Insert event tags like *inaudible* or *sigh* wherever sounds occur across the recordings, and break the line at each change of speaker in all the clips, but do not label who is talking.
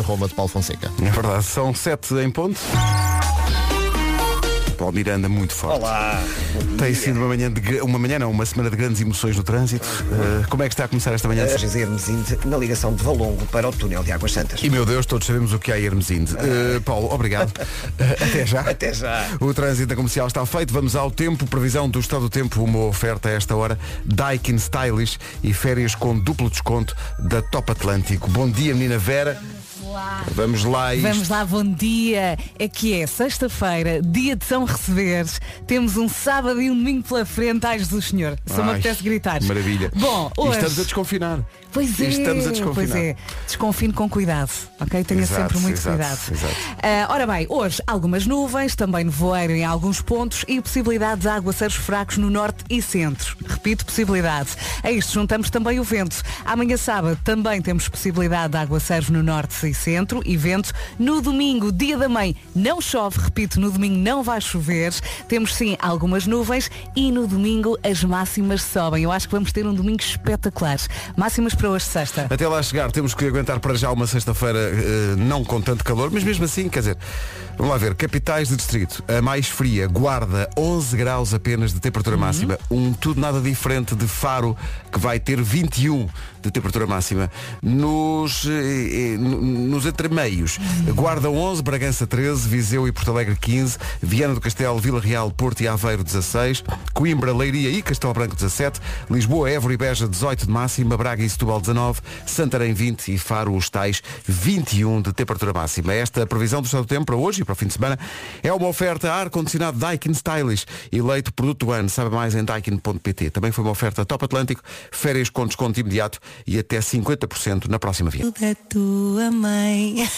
Roma de Paulo Fonseca.
É verdade, são sete em ponto. Paulo Miranda, muito forte.
Olá.
Tem sido uma manhã, de, gra- uma manhã não, uma semana de grandes emoções no trânsito. Uh, como é que está a começar esta manhã?
Dias Hermesinde na ligação de Valongo para o túnel de Águas Santas.
E meu Deus, todos sabemos o que há em Hermesinde. Uh, Paulo, obrigado. Uh, até já.
Até já.
O trânsito da comercial está feito, vamos ao tempo. Previsão do estado do tempo, uma oferta a esta hora. Daikin Stylish e férias com duplo desconto da Top Atlântico. Bom dia, menina Vera. Vamos lá. e
Vamos lá, bom dia. É que é sexta-feira, dia de São Receberes. Temos um sábado e um domingo pela frente. Ai, Jesus Senhor, só me
Ai,
apetece gritar.
Maravilha.
Bom,
E
hoje...
estamos a desconfinar.
Pois é,
E Estamos a desconfinar.
pois é. Desconfino com cuidado, ok? Tenha
Exato,
sempre muito
exato,
cuidado.
exato.
Ah, ora bem, hoje algumas nuvens, também nevoeiro em alguns pontos e possibilidade de aguaceiros fracos no norte e centro. Repito, possibilidade. A isto juntamos também o vento. Amanhã sábado também temos possibilidade de aguaceiros no norte e centro e vento. No domingo, dia da mãe, não chove, repito, no domingo não vai chover. Temos sim algumas nuvens e no domingo as máximas sobem. Eu acho que vamos ter um domingo espetacular. Máximas para hoje,
*laughs*
sexta.
Até lá chegar temos que aguentar para já uma sexta-feira eh, não com tanto calor, mas mesmo assim, quer dizer, vamos lá ver, capitais de distrito, a mais fria, Guarda, 11 graus apenas de temperatura máxima, um tudo nada diferente de Faro, que vai ter 21 de temperatura máxima. Nos, eh, eh, no- nos entremeios, Guarda 11, Bragança 13, Viseu e Porto Alegre 15, Viana do Castelo, Vila Real, Porto e Aveiro 16, Coimbra, Leiria e Castelo Branco 17, Lisboa, Évora e Beja 18 de máxima, Braga e Setúbal 19, Santarém 20 e Faro os tais 21 de temperatura máxima. Esta previsão do estado do tempo para hoje e para o fim de semana é uma oferta a ar-condicionado Daikin Stylish, eleito produto do ano. Sabe mais em daikin.pt. Também foi uma oferta Top Atlântico, férias com desconto imediato e até 50% na próxima viagem.
É
Da tua *laughs* mãe.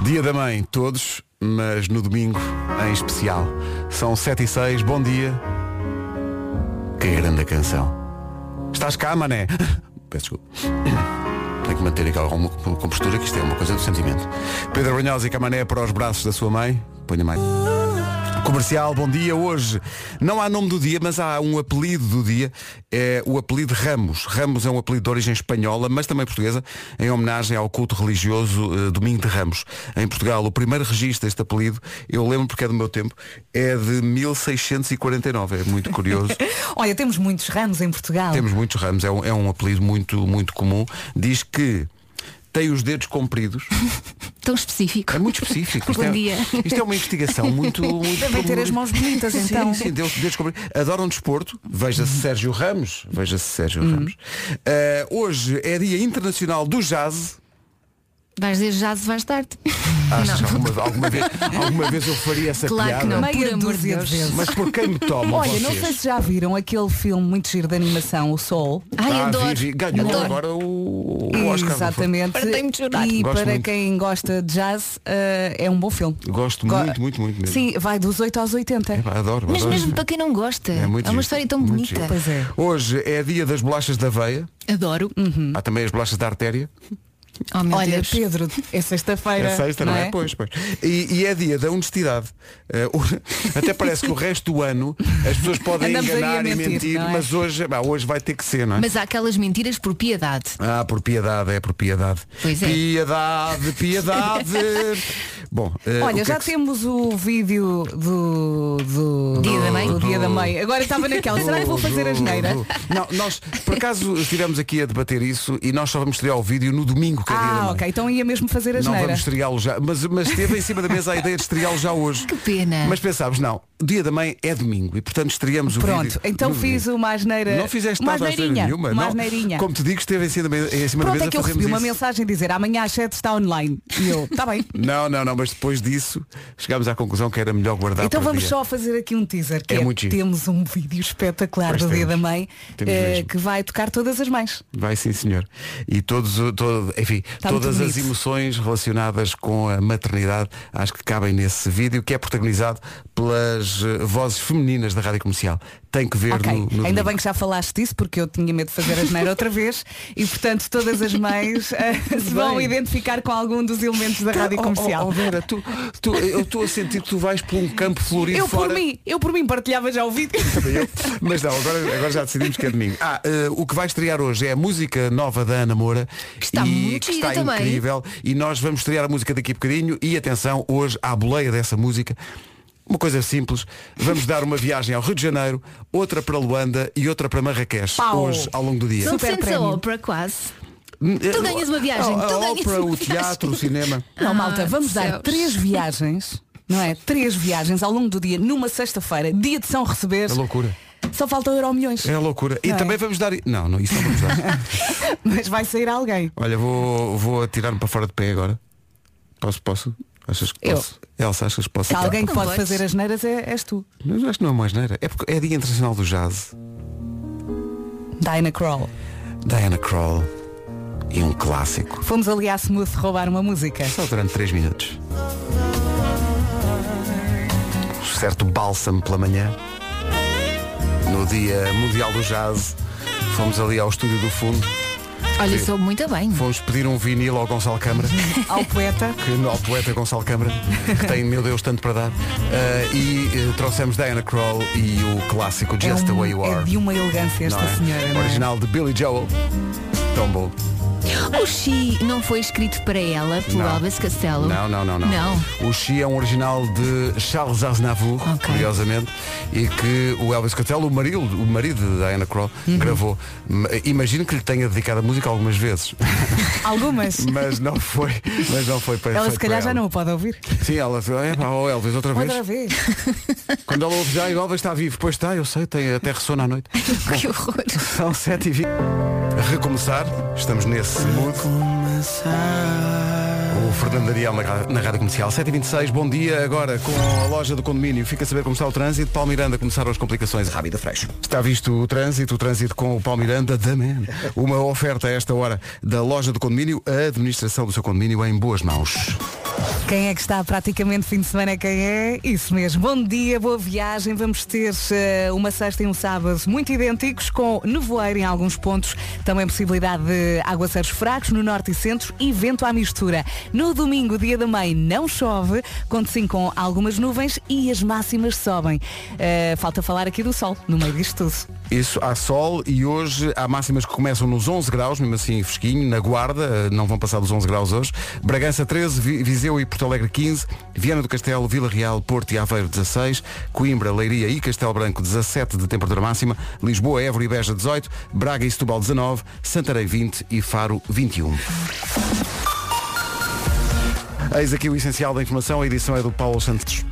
Dia da Mãe, todos, mas no domingo em especial. São 7 e 6, bom dia. Que grande canção. Estás cá, mané? Peço desculpa. *coughs* Tenho que manter aqui alguma compostura, que isto é uma coisa do sentimento. Pedro Brunhosa e Camané para os braços da sua mãe. Ponha mais. Comercial, bom dia. Hoje não há nome do dia, mas há um apelido do dia. É o apelido Ramos. Ramos é um apelido de origem espanhola, mas também portuguesa, em homenagem ao culto religioso eh, Domingo de Ramos. Em Portugal, o primeiro registro deste apelido, eu lembro porque é do meu tempo, é de 1649. É muito
*laughs*
curioso.
Olha, temos muitos ramos em Portugal.
Temos muitos ramos, é um, é um apelido muito, muito comum. Diz que tem os dedos
*laughs*
compridos.
Tão específico.
É muito específico. Isto,
Bom
é,
dia.
isto é uma investigação
*laughs*
muito. muito
Devem ter as mãos bonitas,
Sim,
então.
sim, dedos, dedos compridos. Adoram desporto. Veja-se Sérgio Ramos. Veja-se Sérgio
Uhum.
Ramos. Eh, hoje é Dia Internacional do Jazz.
Vais dizer já se vais tarde.
Achas que alguma, alguma vez, alguma vez eu faria essa
Claro que
piada?
não.
Meia
Por amor de
dúzia
Deus.
de vezes.
Mas por quem me tomam
Olha,
vocês?
não sei se já viram aquele filme muito giro de animação, O Sol.
Ai,
Ah,
adoro.
vi, vi. Ganhou
adoro.
agora o, o Oscar. não foi?
Exatamente.
Agora tenho de chorar.
E
Gosto
para
muito.
quem gosta de jazz, eh, é um bom filme.
Gosto
Go-
muito, muito, muito mesmo.
Sim, vai dos 8 aos 80.
Epá, adoro,
Mas
adoro.
mesmo para quem não gosta, é,
muito
uma
giro,
história tão
muito
bonita.
giro.
Pois é.
Hoje é dia das bolachas da veia.
Adoro.
Hum?
Há também as bolachas da artéria.
*laughs* Oh, meu
Olha,
Deus.
Pedro, é sexta-feira.
é sexta, não, é? Pois, pois. E, e é dia da honestidade. Eh, o- *laughs* até parece que o resto do ano as pessoas podem
Andamos aí a
enganar e
mentir,
mentir,
não é?
mas hoje, bah, hoje vai ter que ser, não é?
Mas há aquelas mentiras por piedade.
Ah, por piedade, é por piedade.
Pois é.
Piedade,
*laughs*
piedade. Bom, eh, o que
Olha,
é
já
que se-
temos o vídeo do, do,
Dia da Mãe.
do Dia da Mãe. Agora estava naquela, será que vou fazer a geneira?
Do- do- Não, nós por acaso estivemos aqui a debater isso e nós só vamos estrear o vídeo no domingo, que é dia da
Ah,
mãe.
ok, então ia mesmo fazer a
Não
geneira.
vamos estreá-lo já, mas, mas teve em cima da mesa a ideia de estreá-lo já hoje.
Que
É.
pena.
Mas pensámos, não, dia da mãe é domingo e portanto estreamos o vídeo.
Pronto, então
no
fiz
domingo.
uma asneira.
Não fizeste
uma
nada a
asneirinha,
nenhuma.
Uma
não.
asneirinha.
Como te digo, esteve em cima da mesa, em cima da
Pronto,
mesa
é que eu
fazemos
recebi uma
isso.
mensagem dizer amanhã às 7 está online. E eu,
*laughs*
está bem.
Não, não, não, mas depois disso chegámos à conclusão que era melhor guardar
Então
para o
vamos
dia.
só fazer aqui um teaser que
É
é,
muito giro.
temos um vídeo espetacular
Pois
do Dia
temos.
da Mãe
Temos
eh,
mesmo.
que vai tocar todas as mães.
Vai sim, senhor. E todos, o- todo, enfim,
Está muito
todas as
bonito.
emoções relacionadas com a maternidade acho que cabem nesse vídeo que é protagonizado pelas eh, vozes femininas da Rádio Comercial. Tem que ver
Ok,
no, no
ainda
domingo.
bem que já falaste disso porque eu tinha medo de fazer a geneira outra vez e portanto todas as mães
*laughs*
eh, se vão identificar com algum dos elementos da rádio
Oh,
comercial.
Oh, oh, Vera, tu, tu- eu estou a sentir que tu vais por um campo florido
eu
fora.
por mim, eu por mim partilhava já o vídeo.
Também eu. Mas não, agora, agora já decidimos que é domingo. Ah, eh, o que vai estrear hoje é a música nova da Ana Moura.
Está
e
muito Muito
que está
gira também.
incrível. E nós vamos estrear a música daqui a bocadinho. E atenção, hoje, à boleia dessa música, uma coisa simples, vamos dar uma viagem ao Rio de Janeiro, outra para Luanda e outra para Marrakech,
Pau.
hoje, ao longo do dia. Hum,
Não te
Super
sentes a
prémio.
ópera quase.
Tu
ganhas uma viagem,
A,
tu
a
ganhas
ópera,
uma
o teatro, o
*laughs*
cinema.
Não,
Ah,
malta, vamos dar
céus.
três viagens, não é? Três viagens ao longo do dia, numa sexta-feira, dia de São Receber.
É loucura.
Só falta o euro milhões.
É loucura. E
Não é?
também vamos dar. Não, não, isso não vamos dar.
*laughs* Mas vai sair alguém.
Olha, vou, vou atirar-me para fora de pé agora. Posso, posso? Achas que
Eu.
posso? Elsa, achas que posso?
Se há
atirar
alguém que
para
Não
pode
podes.
fazer as neiras é, és tu.
fora? Mas eu acho que não é mais neira. É porque é Dia Internacional do Jazz.
Diana Crawl.
Diana Krall. E um clássico.
Fomos ali à Smooth roubar uma música.
Só durante 3 minutos. Um certo bálsamo pela manhã. No Dia Mundial do Jazz. Fomos ali ao estúdio do fundo.
Olha,
Sim.
sou muito bem.
Fomos pedir um vinil ao Gonçalo Câmara.
é *laughs* Ao poeta.
que ao poeta Gonçalo Câmara, que tem, meu Deus, tanto para dar. Uh, e uh, trouxemos Diana Kroll e o clássico Just the
um-
Way You Are.
é de uma elegância esta
não é?
senhora. não é?
Original de Billy Joel. Tão bom.
O Xi não foi escrito para ela pelo
Não.
Elvis Castelo.
Não, não, não, não.
Não.
O Xi é um original de Charles Aznavour,
Ok.
curiosamente, e que o Elvis Costello, o marido, o marido de Diana Kroll,
Uhum.
gravou. Ma- Imagino que lhe tenha dedicado a música algumas
*laughs*
vezes,
Algumas.
mas não foi, mas não foi para
Ela
feito
se
para
calhar
ela.
já não a pode ouvir.
Sim, ela é pá, oh Elvis, outra vez.
Outra vez.
Quando ela ouve já, e Elvis está vivo. Pois está, eu sei, tem, até ressona à noite.
*laughs* Que horror.
São 7 e 20 Recomeçar, estamos nesse mood. O Fernando Ariel na, ra- na Rádio Comercial. 7h26, bom dia agora com a loja do condomínio. Fica a saber como está o trânsito. Paulo Miranda, começaram as complicações.
Rábida Freixo.
Está visto o trânsito, o trânsito com o Paulo Miranda da Man. Uma oferta a esta hora da loja do condomínio, a administração do seu condomínio em boas mãos.
Quem é que está praticamente fim de semana é quem é? Isso mesmo. Bom dia, boa viagem. Vamos ter eh, uma sexta e um sábado muito idênticos, com nevoeiro em alguns pontos, também possibilidade de aguaceiros fracos no norte e centro e vento à mistura. No domingo, dia da mãe, não chove, conto sim com algumas nuvens e as máximas sobem. Eh, falta falar aqui do sol, no meio disto tudo.
Isso, há sol e hoje há máximas que começam nos 11 graus, mesmo assim fresquinho, na Guarda, eh, não vão passar dos 11 graus hoje. Bragança 13, Vi- Viseu e Porto Alegre 15, Viana do Castelo, Vila Real, Porto e Aveiro 16, Coimbra, Leiria e Castelo Branco 17 de temperatura máxima, Lisboa, Évora e Beja 18, Braga e Setúbal 19, Santarém 20 e um. Faro 21. Eis aqui o essencial da informação, a edição é do Paulo Santos.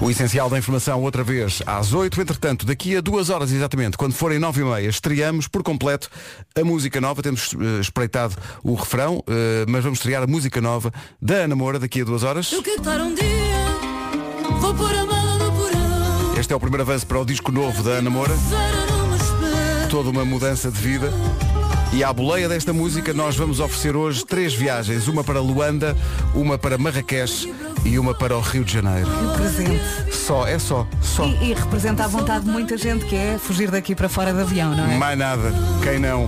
O essencial da informação outra vez às 8, entretanto, daqui a duas horas exatamente, quando forem 9 e meia, estreamos por completo a música nova, temos eh, espreitado o refrão, eh, mas vamos estrear a música nova da Ana Moura daqui a duas horas.
Eu quero estar um dia, vou pôr a mala no porão,
Este é o primeiro avanço para o disco novo da Ana Moura,
Vera não me espera.
toda uma mudança de vida. E à boleia desta música nós vamos oferecer hoje três viagens, uma para Luanda, uma para Marrakech e uma para o Rio de Janeiro.
Que presente.
Só, é só, só.
E, e representa à vontade de muita gente que é fugir daqui para fora de avião, não é?
Mais nada, quem não?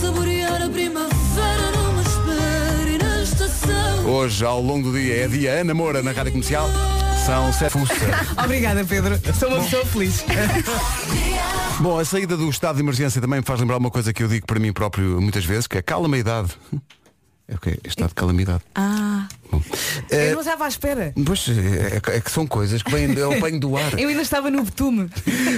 Saborear a primavera não me espera e na estação
Hoje, ao longo do dia, é dia Ana Moura na Rádio Comercial. São sete fuça.
*laughs*
*laughs*
Obrigada, Pedro. Sou uma pessoa feliz.
Bom, a saída do estado de emergência também me faz lembrar uma coisa que eu digo para mim próprio muitas vezes, que é calamidade. É o que é estado de calamidade.
Ah,
Bom.
eu
Eh,
não estava à espera.
Pois, é, é que são coisas que vêm ao banho do *laughs* ar.
Eu ainda estava
*laughs*
no betume.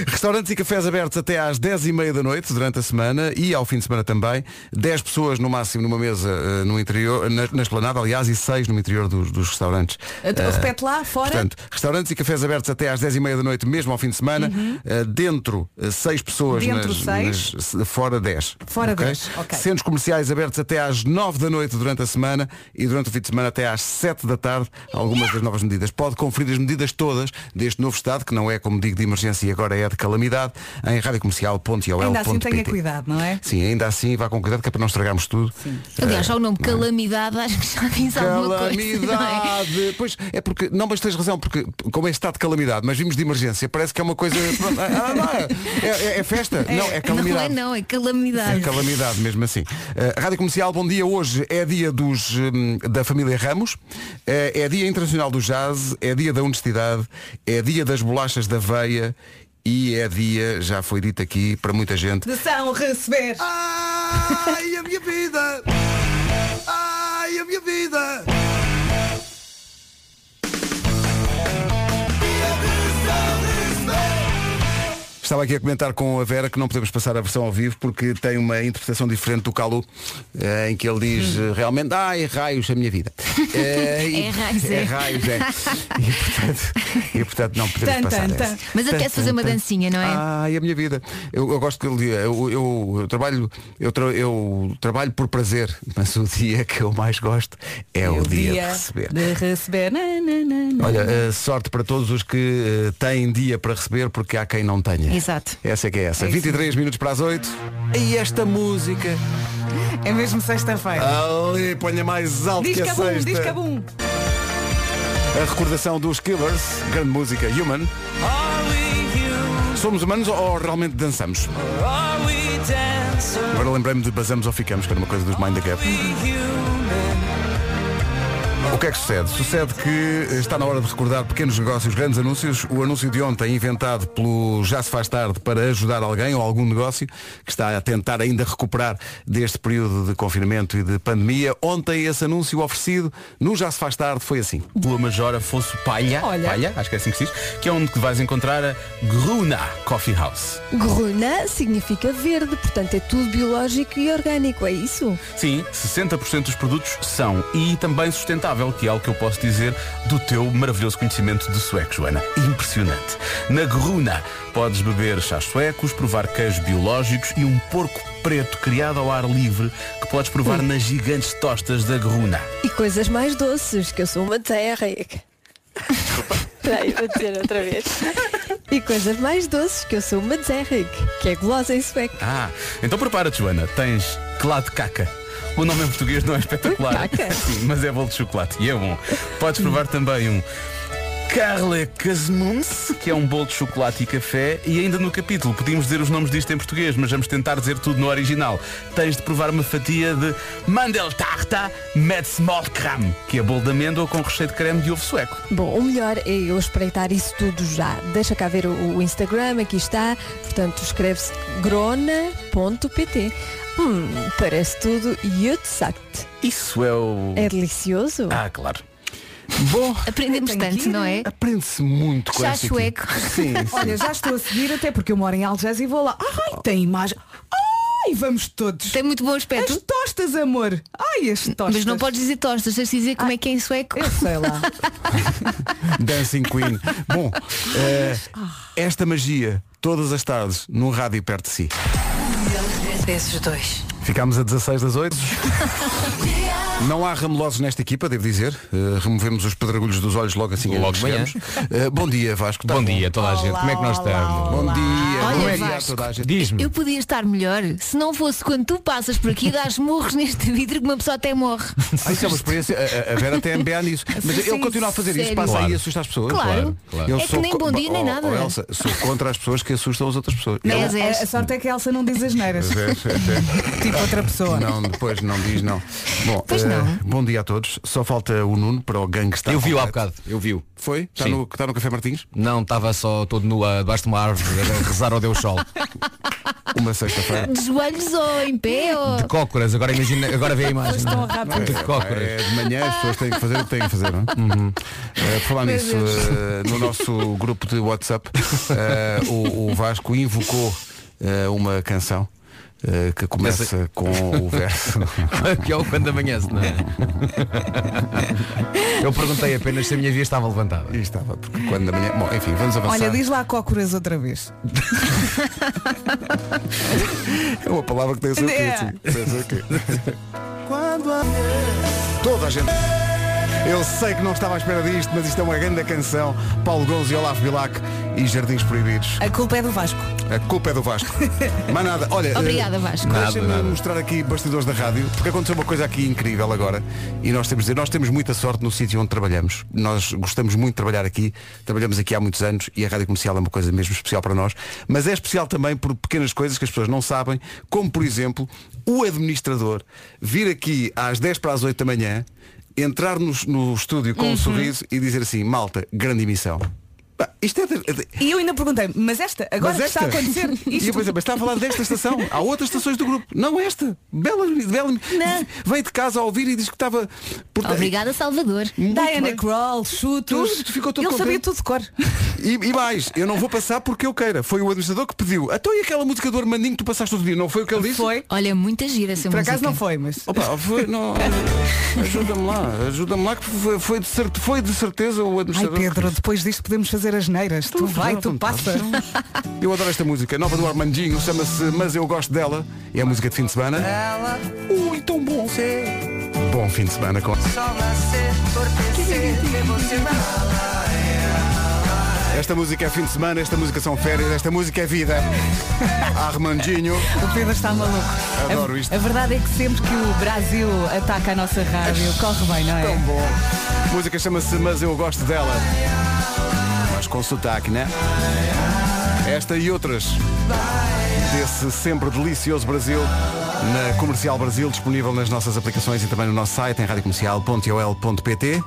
Restaurantes e cafés abertos até às 10h30 da noite durante a semana e ao fim de semana também. 10 pessoas no máximo numa mesa eh, no interior, na, na esplanada, aliás, e 6 no interior dos, dos restaurantes. Eh,
Então, repete lá, fora.
Ah, Portanto, restaurantes e cafés abertos até às 10h30 da noite, mesmo ao fim de semana. Eh, dentro, 6 pessoas.
Uhum. Dentro,
nas-
seis.
nas- se- fora 10.
Fora 10, ok.
Centros comerciais abertos até às 9 da noite durante a semana e durante o fim de semana até às 7 da tarde. Algumas das novas medidas. Pode conferir as medidas todas deste novo estado, que não é, como digo, de emergência e agora é de calamidade, em radiocomercial.ol.pt.
Ainda assim tenha cuidado, não é?
Sim, ainda assim vá com cuidado, que é para não estragarmos tudo. Eh,
Aliás, só o nome calamidade acho que já diz alguma coisa. não é?
é?
*laughs*
Calamidade! Pois é porque, não, mas tens razão, porque como é estado de calamidade, mas vimos de emergência, parece que é uma
*laughs*
coisa. pronto, ah, não, é, é- é festa? não, é calamidade.
Não é não, é
É
calamidade.
calamidade mesmo assim. Uh, Rádio Comercial, bom dia. Hoje é dia dos, hum, da família Ramos, é, é dia internacional do jazz, é dia da honestidade, é dia das bolachas da veia e é dia, já foi dito aqui para muita gente,
De São Receber.
Ai, a minha vida! Ai, vida.
*laughs*
Estava aqui a comentar com a Vera que não podemos passar a versão ao vivo porque tem uma interpretação diferente do Calu, eh, em que ele diz eh, realmente, ai raios a minha vida. Eh, e-
É raios, é.
é raios, é.
*laughs*
E portanto, e, portanto, não podemos
Tan,
passar
tan,
essa.
tan.
Mas apetece
Tan,
fazer uma
tan, tan.
dancinha, não é?
Ah, e a minha vida. Eu, eu gosto que ele diga, eu, eu- eu trabalho, eu, tra- eu trabalho por prazer, mas o dia que eu mais gosto é, o dia, de receber.
De receber. Na, na, na, na.
Olha, eh, sorte para todos os que eh, têm dia para receber, porque há quem não tenha.
Exato.
Essa é que é essa.
É isso.
23 minutos para as 8. E esta música.
É mesmo sexta-feira. um,
Ali, ponha mais alto
Diz
que a
cabum,
sexta.
diz cabum.
A recordação dos Killers, grande música, Human. Somos humanos ou realmente dançamos? Agora lembrei-me de basamos ou ficamos, que era uma coisa dos Mind the Gap. O que é que sucede? Sucede que está na hora de recordar pequenos negócios, grandes anúncios. O anúncio de ontem, inventado pelo Já se faz tarde para ajudar alguém ou algum negócio que está a tentar ainda recuperar deste período de confinamento e de pandemia. Ontem esse anúncio oferecido no Já se faz tarde foi assim.
Rua Major Afonso Palha,
Olha.
Palha, acho que é assim que se diz, que é onde que vais encontrar a Gruna Coffee House.
Gruna significa verde, portanto é tudo biológico e orgânico, é isso?
Sim, 60% dos produtos são e também sustentável, que é algo que eu posso dizer do teu maravilhoso conhecimento de sueco, Joana. Impressionante. Na Gruna podes beber chás suecos, provar queijos biológicos e um porco preto criado ao ar livre que podes provar nas gigantes tostas da Gruna.
E coisas mais doces, que eu sou uma terra. e- Peraí, vou dizer outra vez. E coisas mais doces que eu sou uma Zerrig, que é gulosa em sueco.
Ah, então prepara-te, Joana. Tens clado caca. O nome em português não é espetacular.
Caca?
Sim, mas é bolo de chocolate e é bom. Podes provar também um Carle Casmunce, que é um bolo de chocolate e café. E ainda no capítulo, podíamos dizer os nomes disto em português, mas vamos tentar dizer tudo no original. Tens de provar uma fatia de Mandeltarta mit Smolkram, que é bolo de amêndoa com recheio de creme de ovo sueco.
Bom, o melhor é eu espreitar isso tudo já. Deixa cá ver o, o Instagram, aqui está. Portanto, escreve-se grona.pt. Hum, parece tudo Jutsacht.
Isso é o...
É delicioso?
Ah, claro.
Bom,
Aprendemos
Tem que
tanto,
ir.
não é?
aprende-se muito com
Chá
esta equipe.
sueco.
Sim, sim.
Olha, já estou a seguir até porque eu moro em Algés e vou lá. Ai, tem imagem. Ai, vamos todos.
Tem muito bom
As
aspecto.
tostas, amor. Ai, as tostas. Ah,
Mas não podes dizer tostas, tens de dizer como é que é em sueco.
Eu sei lá.
Dancing Queen. Bom, eh, esta magia, todas as tardes, num rádio perto de si.
Esses dois.
Ficámos a 16 das 8. Não há ramelosos nesta equipa, devo dizer. Eh, removemos os pedregulhos dos olhos logo assim que
Logo de manhã.
chegamos. Eh, bom dia, Vasco. Tá
Bom dia a toda a gente, como é que nós estamos?
Bom dia.
*laughs* Olha,
bom dia a
Vasco.
toda a gente.
Diz-me,
Eu podia estar melhor se não fosse quando tu passas por aqui e dás murros neste *laughs* vidro que uma pessoa até morre.
Ah, isso é uma experiência. A, a- a Vera tem MBA nisso. Mas ele continua a fazer isso,
sério.
passa aí e
Claro.
assusta as pessoas.
Claro.
claro.
Eu
É que
sou
nem
co-
bom dia, nem
Oh,
nada.
oh, Elsa, sou contra as pessoas que assustam as outras pessoas.
Não
Eu-
é,
A,
Zé?
a sorte é que a Elsa não diz as neiras. *laughs*
Pois é, pois é.
Tipo outra pessoa.
Não, depois não diz não. Bom,
Pois
eh,
não.
bom dia a todos. Só falta o Nuno para o gangsta.
eu vi-o há bocado, eu vi-o.
Tá Foi? Está
Sim.
no, está no Café Martins?
Não, estava só todo nu ah, debaixo de uma árvore a rezar ao Deus Sol.
*laughs* Uma sexta-feira.
De joelhos ou em pé ou...
De cócoras, agora imagina, agora vê a imagem.
Tão rápido.
De cócoras. Uhum.
É, de manhã as pessoas têm que fazer o que têm que fazer, não é? Eh, por falar nisso, eh, no nosso grupo de WhatsApp, eh, o, o Vasco invocou eh, uma canção eh, que começa com o verso.
*laughs* Que é o quando amanhece,
*laughs*
não é? Eu perguntei apenas se a minha via estava levantada.
E estava, porque quando da manhã. Bom, enfim, vamos avançar.
Olha, diz lá cócoras outra vez.
É uma palavra que tem o seu
É.
quê? sim. Tem o seu quê? Toda a gente. Eu sei que não estava à espera disto, mas isto é uma grande canção. Paulo Gonzo e Olaf Bilac e Jardins Proibidos.
A culpa é do Vasco.
A culpa é do
*laughs*
Vasco. Mas nada, olha.
Obrigada,
eh,
Vasco.
Nada,
Deixem-me
nada.
mostrar aqui bastidores da rádio, porque aconteceu uma coisa aqui incrível agora. E nós temos de dizer, nós temos muita sorte no sítio onde trabalhamos. Nós gostamos muito de trabalhar aqui, trabalhamos aqui há muitos anos e a rádio comercial é uma coisa mesmo especial para nós. Mas é especial também por pequenas coisas que as pessoas não sabem, como por exemplo, o administrador vir aqui às 10 para as 8 da
Uhum.
manhã, entrar no, no estúdio com um sorriso e dizer assim, malta, grande emissão. Pá, Isto é. de- de-
E eu ainda perguntei, mas esta, agora
mas
que
esta?
está a acontecer
*laughs* E eu
isto.
pensei, mas está a falar desta
*laughs*
estação. Há outras estações do grupo. Não esta. Bela. Bela Veio de casa a ouvir e disse que estava. Porta-
Obrigada, Salvador.
Muito
Diana
bem.
Kroll, chutos.
Tudo, ficou tudo
Ele sabia
contente.
tudo de cor.
E, e mais, eu não vou passar porque eu queira. Foi o administrador que pediu. Então e aquela música do Armandinho que tu passaste todo dia? Não foi o que ele disse?
Foi.
Olha, muita gira essa
Por
música.
acaso não foi, mas.
Opa, foi, não.
*laughs*
Ajuda-me lá, ajuda-me lá, que foi, foi de cer- foi de certeza o
Ai
administrador.
Pedro, depois disto podemos fazer as neiras. Tu vai, tu passa.
Eu adoro esta música, nova do Armandinho, chama-se Mas Eu Gosto Dela, é a música de fim de semana. Ui, tão bom! Bom fim de semana com. Esta música é fim de semana, esta música são férias, esta música é vida. *laughs* Armandinho.
O Pedro está maluco.
Adoro
a,
isto.
A verdade é que sempre que o Brasil ataca a nossa rádio, corre bem, não
Tão
é?
bom. A música chama-se Mas Eu Gosto Dela. Mas com sotaque, né? Esta e outras desse sempre delicioso Brasil na Comercial Brasil, disponível nas nossas aplicações e também no nosso site em radiocomercial.ol.pt.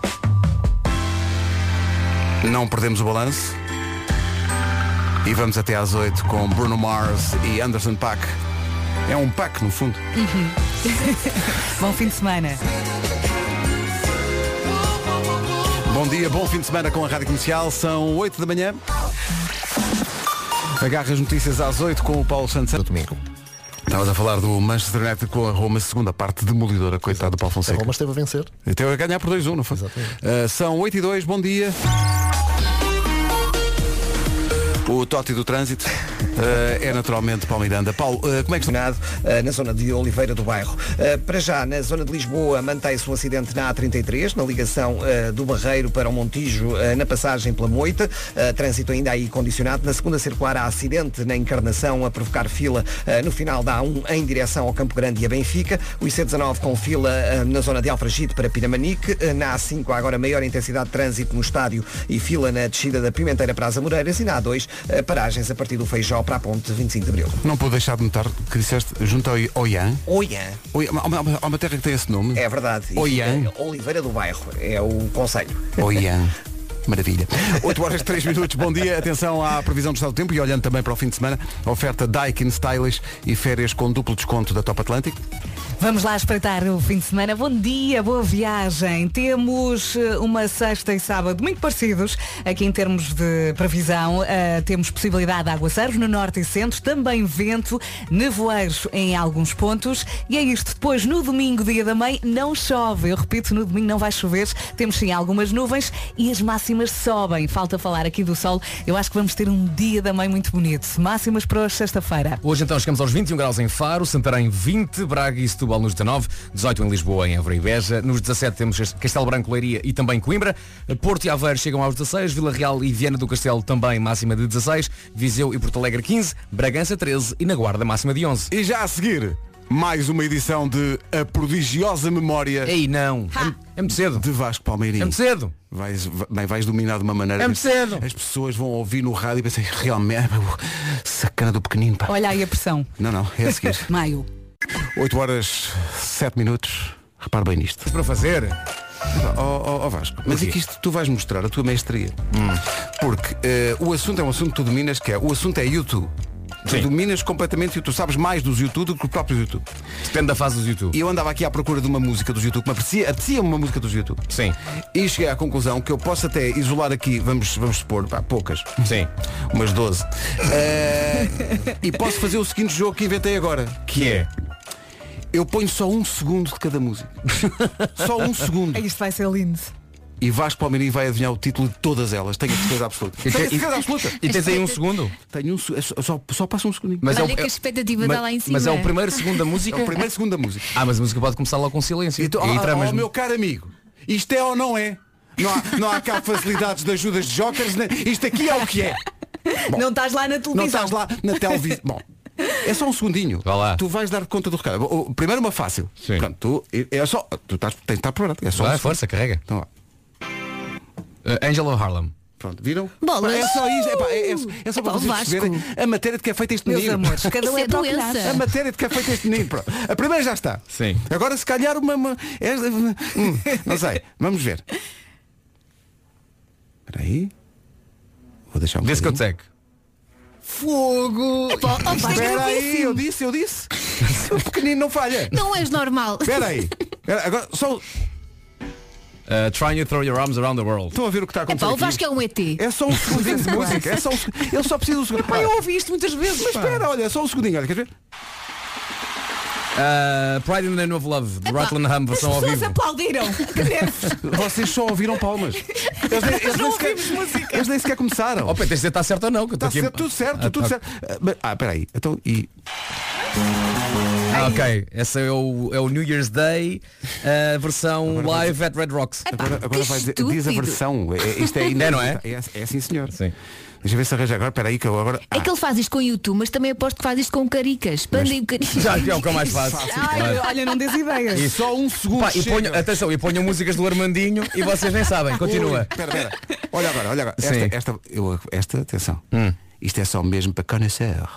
Não perdemos o balanço. E vamos até às 8 com Bruno Mars e Anderson Pack. É um pack, no fundo.
Uhum. *laughs* Bom fim de semana.
Bom dia, bom fim de semana com a Rádio Comercial, são 8 da manhã. Agarra as notícias às 8 com o Paulo Santos.
Do domingo.
Estavas a falar do Manchester United com a Roma, segunda parte demolidora, coitado do Paulo
A
Fonseca.
Roma esteve a vencer.
Até a ganhar por 2-1, não foi?
Exatamente.
Ah, são 8 e 2, bom dia. O Totti do Trânsito ah, é naturalmente Paulo Miranda. Paulo, ah, como é que está?
estacionado eh, na zona de Oliveira do Bairro. Eh, para já, na zona de Lisboa, mantém-se um acidente na A33, na ligação eh, do Barreiro para o Montijo, eh, na passagem pela Moita. Eh, trânsito ainda aí condicionado. Na segunda circular, há acidente na Encarnação a provocar fila eh, no final da A1 em direção ao Campo Grande e a Benfica. O IC19 com fila eh, na zona de Alfragide para Pinamanique. Eh, na A5 há agora maior intensidade de trânsito no estádio e fila na descida da Pimenteira para as Amoreiras. E na A2, eh, paragens a partir do Feijó para a ponte 25 de Abril.
Não pude deixar de notar que disseste junto ao Oian.
Oiã.
Oian há, uma, há uma terra que tem esse nome.
É verdade. E
Oiã.
fica Oliveira do Bairro. É o conselho.
Oh Ian. Maravilha. 8 horas 3 minutos, bom dia. Atenção à previsão do estado do tempo e olhando também para o fim de semana, oferta Daikin Stylish e férias com duplo desconto da Top Atlântico.
Vamos lá espreitar o fim de semana. Bom dia, boa viagem. Temos eh, uma sexta e sábado muito parecidos aqui em termos de previsão. eh, temos possibilidade de aguaceiros no norte e centro, também vento, nevoeiros em alguns pontos. E é isto. Depois, no domingo, dia da mãe, não chove. Eu repito, no domingo não vai chover. Temos sim algumas nuvens e as máximas sobem. Falta falar aqui do sol. Eu acho que vamos ter um dia da mãe muito bonito. Máximas para hoje, sexta-feira.
Hoje então chegamos aos 21 graus em Faro, Santarém 20, Braga e Setúbal nos 19, 18 em Lisboa, em Évora e Beja, nos 17 temos Castelo Branco, Leiria e também Coimbra, Porto e Aveiro chegam aos 16, Vila Real e Viana do Castelo também máxima de 16, Viseu e Porto Alegre 15, Bragança 13 e na Guarda máxima de 11.
E já a seguir, mais uma edição de A Prodigiosa Memória
Ei não, é, é muito cedo,
de Vasco
é
Palmeirinho.
muito cedo.
Vais, va- bem, vais dominar de uma maneira.
É
que
muito cedo.
As pessoas vão ouvir no rádio e pensar, realmente, é sacana do pequenino. Pá.
Olha aí a pressão.
Não, não, é a seguir.
*laughs* Maio.
8 horas 7 minutos. Repare bem nisto.
Para fazer,
Ó ó, ó Vasco, mas é que isto tu vais mostrar a tua mestria. Hum. Porque eh, o assunto é um assunto que tu dominas, que é o assunto é YouTube. Tu
Sim.
dominas completamente YouTube, sabes mais dos YouTube do que o próprio YouTube.
depende da fase do YouTube.
E eu andava aqui à procura de uma música dos YouTube, que me aprecia, aprecia uma música dos YouTube.
Sim,
E cheguei à conclusão que eu posso até isolar aqui, vamos, vamos supor, pá, poucas,
sim.
umas 12. Eh, e posso fazer o seguinte jogo que inventei agora.
Que é?
Eu ponho só um segundo de cada música. *laughs* só um segundo.
Isto vai ser lindo.
E Vasco Palmeirinho vai adivinhar o título de todas elas. Tenho a certeza absoluta.
é-
Tenho a certeza absoluta.
E tens aí um segundo?
Tenho um, se- é só, só, só passa um segundinho.
Mas é
Olha que a expectativa
mas-
está lá em cima.
Mas é o primeiro segundo da música?
É o primeiro segundo da música.
Ah, mas a música pode começar logo com silêncio.
E tu,
E aí
oh,
tramas-
oh, meu caro amigo, isto é ou não é? Não há, não há cá facilidades de ajudas de jokers, né? isto aqui é o que é.
não estás lá na
Não
televisão.
estás lá na
*laughs*
televisão. Bom, é só um segundinho.
Vá lá.
Tu vais dar conta do recado. O- o- Primeiro é uma fácil.
Sim.
Pronto, tu, é só, tu estás, tens de estar preparado. É só um
Vai,
segundo.
força, carrega.
Então, vá.
Uh, Angela Harlem.
Pronto, viram?
Bolas.
É só isso, é, pá, é, é- é só
Epá,
para
o
vocês
Vasco.
perceberem a matéria de que é feito este
Meus
menino.
amores, cada
Isso
um é,
é
para o que
doença.
nasce.
A matéria de que é feito este menino. Pronto. A primeira já está.
Sim.
Agora se calhar uma. uma- é- hum,
*laughs*
não sei. Vamos ver. Espera aí. Vou deixar um bocadinho.
Discotec. Fogo!
Pô, ó,
é
Vasco,
Espera aí, eu disse, eu disse. *laughs* O pequenino não falha.
não és normal.
Espera aí. Espera, Agora, só
Uh, trying to throw your arms around the world.
estão a ver o que está a acontecer.
Epá, o
aqui?
Vasco é um ET.
É só um segundinho de música. É só um... seg- Ele só precisa de um segundo. Pai, eu ouvi isto muitas vezes. Mas espera, olha, só um segundinho. Olha, quer ver?
Uh, Pride in the Name of Love, de Rutland Hum,
As
versão ao
pessoas é-
vivo.
*laughs*
aplaudiram. Que nervos.
Vocês só ouviram palmas. Eles nem, *laughs* eles nem sequer, eles nem sequer começaram.
Oh, Pedro, tens de dizer está certo ou não? Que eu tô aqui
Está
a-
certo, tudo certo,
Ah,
tudo
tá.
certo. Ah, mas- Ah, peraí. Então, e.
Ah, ok. Essa é o, é o New Year's Day, uh, versão live at Red Rocks.
Agora, agora vai dizer, diz a
estúpido.
versão. É, isto
*laughs*
é
É, não é?
É, é sim, senhor.
Sim.
Deixa eu ver se arranja agora. Peraí, que eu agora.
É que
Ah,
ele faz isto com YouTube, mas também aposto que faz isto com caricas. Panda e o caricas.
Já que é o que é mais
*laughs*
fácil.
Ai, olha, não dês ideias.
E só um segundo. e ponho, atenção, e ponham músicas do Armandinho e vocês nem sabem.
Ui,
Continua.
Pera, pera. Olha agora, olha agora.
Sim. Hum.
Esta, é- esta, eu- esta, atenção. Isto é só mesmo para conhecer.
Começa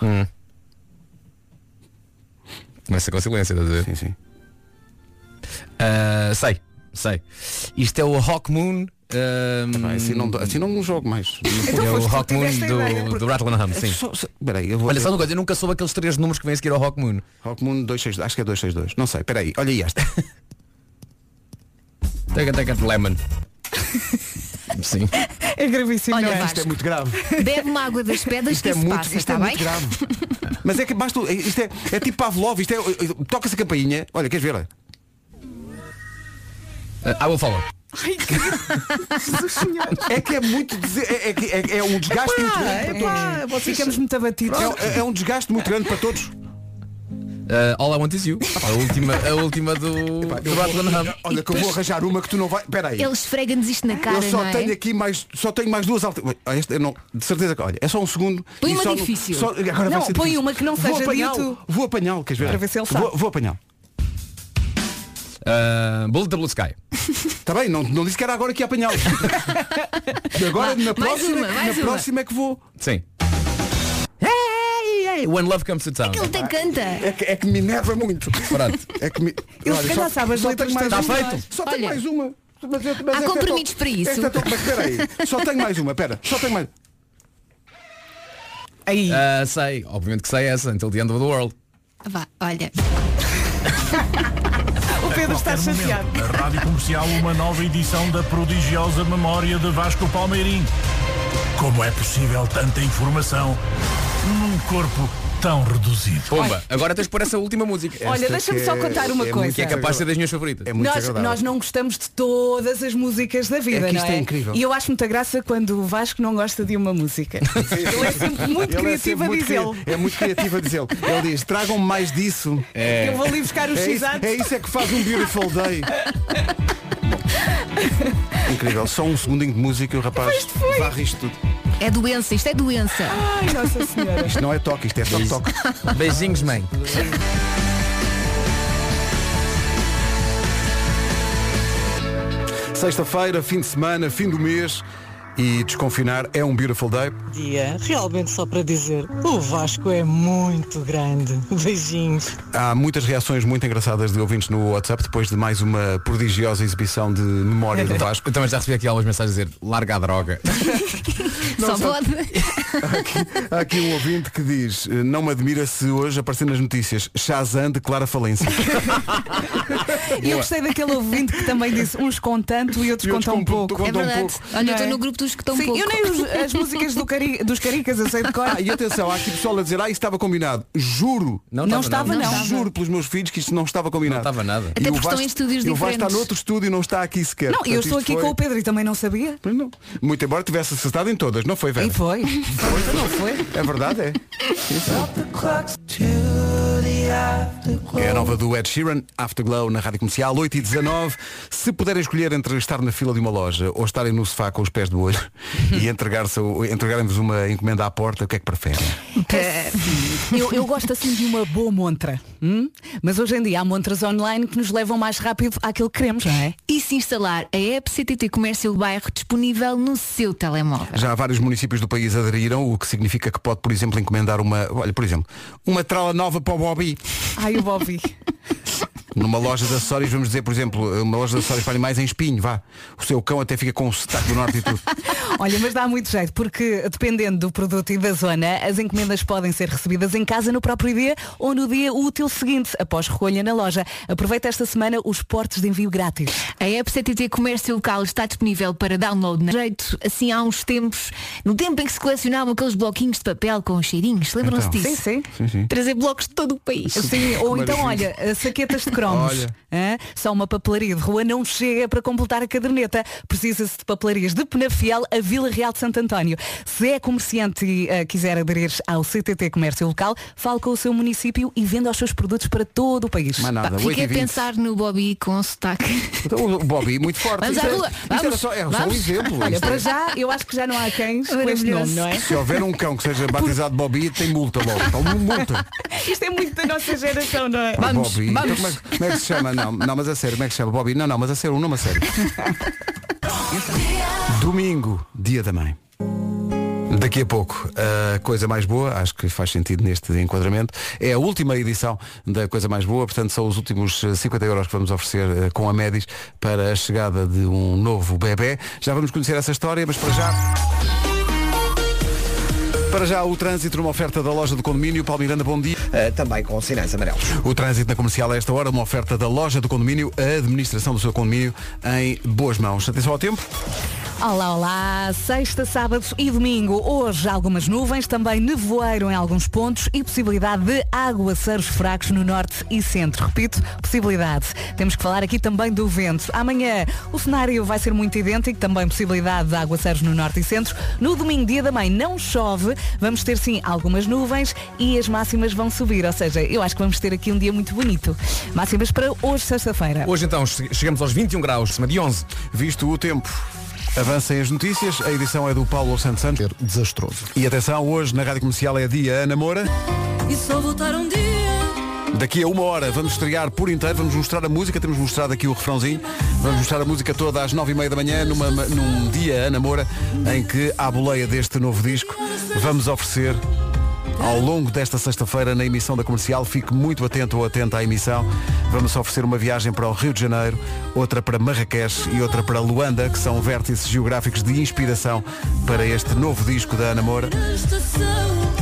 Hum. com silêncio, estás a dizer?
Sim, sim.
Ah, sei, sei. Isto é o Rock Moon. ah,
Vai, assim, não, dou- assim não jogo mais.
é o Rock Moon
tiveste ideia.
do, do Rattland Hum, sim.
Só- só- Peraí, eu vou.
Olha, só uma coisa, eu nunca soube aqueles três números que vêm a seguir ao Rock Moon.
Rock Moon 262, acho que é 262. Não sei, peraí, olha aí
*laughs*
esta.
Taca, taca,
*laughs*
lemon. Sim.
É gravíssimo,
Olha,
não é?
Vasco,
muito grave.
bebe uma água das pedras
Isto
que
é
se
muito,
passa,
isto é
tá
está bem?
muito grave. *laughs* Mas é que basta. Isto é, é tipo Pavlov, isto é. Toca-se a campainha. Olha, queres ver?
Ah, vou falar.
É que é muito. dese- É, é, que é, é um desgaste muito grande para todos.
Ah, Epá, Ficamos muito abatidos.
É, é um desgaste muito grande para todos.
Ah, All I Want *laughs* Is You. A última, a última do, do Rattland Hum.
Olha, que eu vou arranjar uma que tu não vai. Espera aí.
Ele esfrega-nos isto na cara,
Eu só
não é?
tenho aqui mais, só tenho mais duas alternativas. Esta eu não, de certeza que, olha, é só um segundo.
Põe
e
uma
só no-
difícil.
só- agora vai
Não,
ser
põe
difícil.
uma que não
vou
seja
apanhá-lo,
dito.
Vou apanhá-lo, queres ver?
Para ver se ele
vou,
sabe.
vou apanhá-lo.
Ah, Bullet the Blue
*laughs*
Sky.
Está Tá bem, não, não disse que era agora que ia apanhá-lo. E agora, na
mais
próxima,
uma, mais
na
uma.
próxima é que vou.
Sim. Hey, hey, When Love Comes to Town.
Ele tem canta.
É que, é que me enerva muito.
Pronto.
É que me...
Ele se
só-
calhar sabe as
só
letras
tenho mais
todas.
uma.
Está feito.
Só tenho
Olha.
mais uma. Mas- mas esta é
compromissos
top.
para isso.
Esta é top, mas espera
*laughs*
aí. Só tenho mais uma, espera. Só tenho mais.
Aí.
Ah, sei, obviamente que sei essa, Until the End of the World.
Vá, olha.
O Pedro está chateado.
Na Rádio Comercial, uma nova edição da prodigiosa memória de Vasco Palmeirim. Como é possível tanta informação num corpo tão reduzido?
Pumba, agora tens de pôr essa última música.
Olha, deixa-me só
que é-
contar uma
é
coisa.
muito
Que é capaz de ser das minhas favoritas.
É muito
Nós,
agradável.
nós não gostamos de todas as músicas da vida,
É que isto
não é?
é incrível.
E eu acho muita graça quando o Vasco não gosta de uma
*laughs*
música. Ele é sempre muito
Ele é
criativo
sempre
a
muito cri-
dizê-lo.
É muito criativo a dizê-lo. Ele diz, tragam mais disso.
Eu vou ali buscar os
É isso,
xizados.
é isso é que faz um beautiful
*laughs*
day. Bom, Incrível, só um segundinho de música e o rapaz varre isto tudo.
É doença, isto é doença.
Ai, Nossa Senhora.
Isto não é toque, isto é só toque.
Beijinhos, mãe.
Sexta-feira, fim de semana, fim do mês e desconfinar é um beautiful day.
dia, realmente só para dizer, o Vasco é muito grande. Beijinhos.
Há muitas reações muito engraçadas de ouvintes no WhatsApp depois de mais uma prodigiosa exibição de memória do Vasco.
Eu também já recebi aqui algumas mensagens a dizer larga a droga.
só pode.
*laughs* Há aqui um ouvinte que diz eh, Não me admira se hoje aparecer nas notícias Shazam declara
*laughs*
falência
E eu gostei daquele ouvinte que também disse uns com tanto e outros com tão pouco.
É verdade. Olha, eu
Não
estou
é?
no grupo dos que estão
Sim,
pouco.
eu nem os- as músicas do cari- dos caricas eu sei de cor.
Ah, *laughs* e atenção, há aqui pessoal a dizer Ah, isso estava combinado Juro
Não
estava,
estava, não.
Juro pelos meus filhos que isto não estava combinado.
Não estava nada.
Até porque estão em estúdios
eu Vasco está
diferentes.
noutro estúdio e não está aqui sequer.
Não,
Portanto,
eu estou
isto
aqui
foi-
com o Pedro e também não sabia.
Pois não. Muito embora tivesse acertado em todas, não foi, Vera?
E foi. Foi, não foi?
É verdade, é. É a nova do Ed Sheeran, Afterglow, na Rádio Comercial, 8 e 19 Se puderem escolher entre estar na fila de uma loja ou estarem no sofá com os pés de
*laughs*
olho e entregar-se- entregarem-vos uma encomenda à porta, o que é que preferem?
É, Eu, eu gosto assim de uma boa montra. hum? Mas hoje em dia há montras online que nos levam mais rápido àquilo que queremos, não é?
E se instalar a app CTT Comércio Bairro disponível no seu telemóvel.
Já vários municípios do país aderiram, o que significa que pode, por exemplo, encomendar uma, olha, por exemplo, uma trala nova para o Bobby.
Ai, o Bobby.
Numa loja de acessórios, vamos dizer, por exemplo, uma loja de acessórios para animais em espinho, vá. O seu cão até fica com o sotaque do norte e tudo.
Olha, mas dá muito jeito, porque dependendo do produto e da zona, as encomendas podem ser recebidas em casa no próprio dia ou no dia útil seguinte, após recolha na loja. Aproveita esta semana os portes de envio grátis.
A app CTT Comércio Local está disponível para download na jeito, assim há uns tempos, no tempo em que se colecionavam aqueles bloquinhos de papel com os cheirinhos, lembram-se
Então.
disso?
Sim, sim.
Sim, sim. é
Trazer blocos de todo o país.
Sim, ou então, olha,
*laughs*
saquetas de cromos.
Olha.
Hã? Só uma papelaria de rua não chega para completar a caderneta. Precisa-se de papelarias de Penafiel a Vila Real de Santo António. Se é comerciante e eh, quiser aderir ao CTT Comércio Local, fale com o seu município e venda os seus produtos para todo o país.
Mais nada,
Fiquei a
8h20.
pensar no Bobby com sotaque.
Então, o Bobby, muito forte.
Vamos à
Isto é-
rua,
isto era
vamos,
só, era só um
vamos.
exemplo.
Olha,
Isto é-
para já, eu acho que já não há cães com este nome,
Maravilhoso.
não é?
Se houver um cão que seja batizado Bobby, tem multa logo. Então, multa.
*laughs* Isto é muito da nossa geração, não é?
Ah, Bobby. Então, como, é, que- como é que se chama? Não, não, mas a sério, como é que se chama? Bobby, não, não, mas a sério, um nome a sério. Domingo, dia da mãe. Daqui a pouco, a coisa mais boa, acho que faz sentido neste enquadramento, é a última edição da coisa mais boa, portanto são os últimos eh, 50 euros que vamos oferecer eh, com a Médis para a chegada de um novo bebê. Já vamos conhecer essa história, mas para já. Para já o trânsito numa oferta da loja do condomínio. Paulo Miranda, bom dia.
Eh, também com sinais amarelos.
O trânsito na comercial a esta hora, uma oferta da loja do condomínio, a administração do seu condomínio em boas mãos. Atenção ao tempo.
Olá, olá! Sexta, sábado e domingo. Hoje algumas nuvens, também nevoeiro em alguns pontos e possibilidade de aguaceiros fracos no norte e centro. Repito, possibilidade. Temos que falar aqui também do vento. Amanhã o cenário vai ser muito idêntico, também possibilidade de aguaceiros no norte e centro. No domingo, dia da mãe, não chove. Vamos ter sim algumas nuvens e as máximas vão subir. Ou seja, eu acho que vamos ter aqui um dia muito bonito. Máximas para hoje, sexta-feira.
Hoje então che- chegamos aos 21 graus, cima de 11.
Visto o tempo, avancem as notícias. A edição é do Paulo Santos Santos.
Desastroso.
E atenção, hoje na Rádio Comercial é dia Ana Moura.
E só voltar um dia
Daqui a uma hora vamos estrear por inteiro, vamos mostrar a música, temos mostrado aqui o refrãozinho, vamos mostrar a música toda às nove e meia da manhã, numa- num dia Ana Moura, em que à boleia deste novo disco vamos oferecer ao longo desta sexta-feira na emissão da comercial, fique muito atento ou atenta à emissão, vamos oferecer uma viagem para o Rio de Janeiro, outra para Marrakech e outra para Luanda, que são vértices geográficos de inspiração para este novo disco da Ana Moura.
na estação.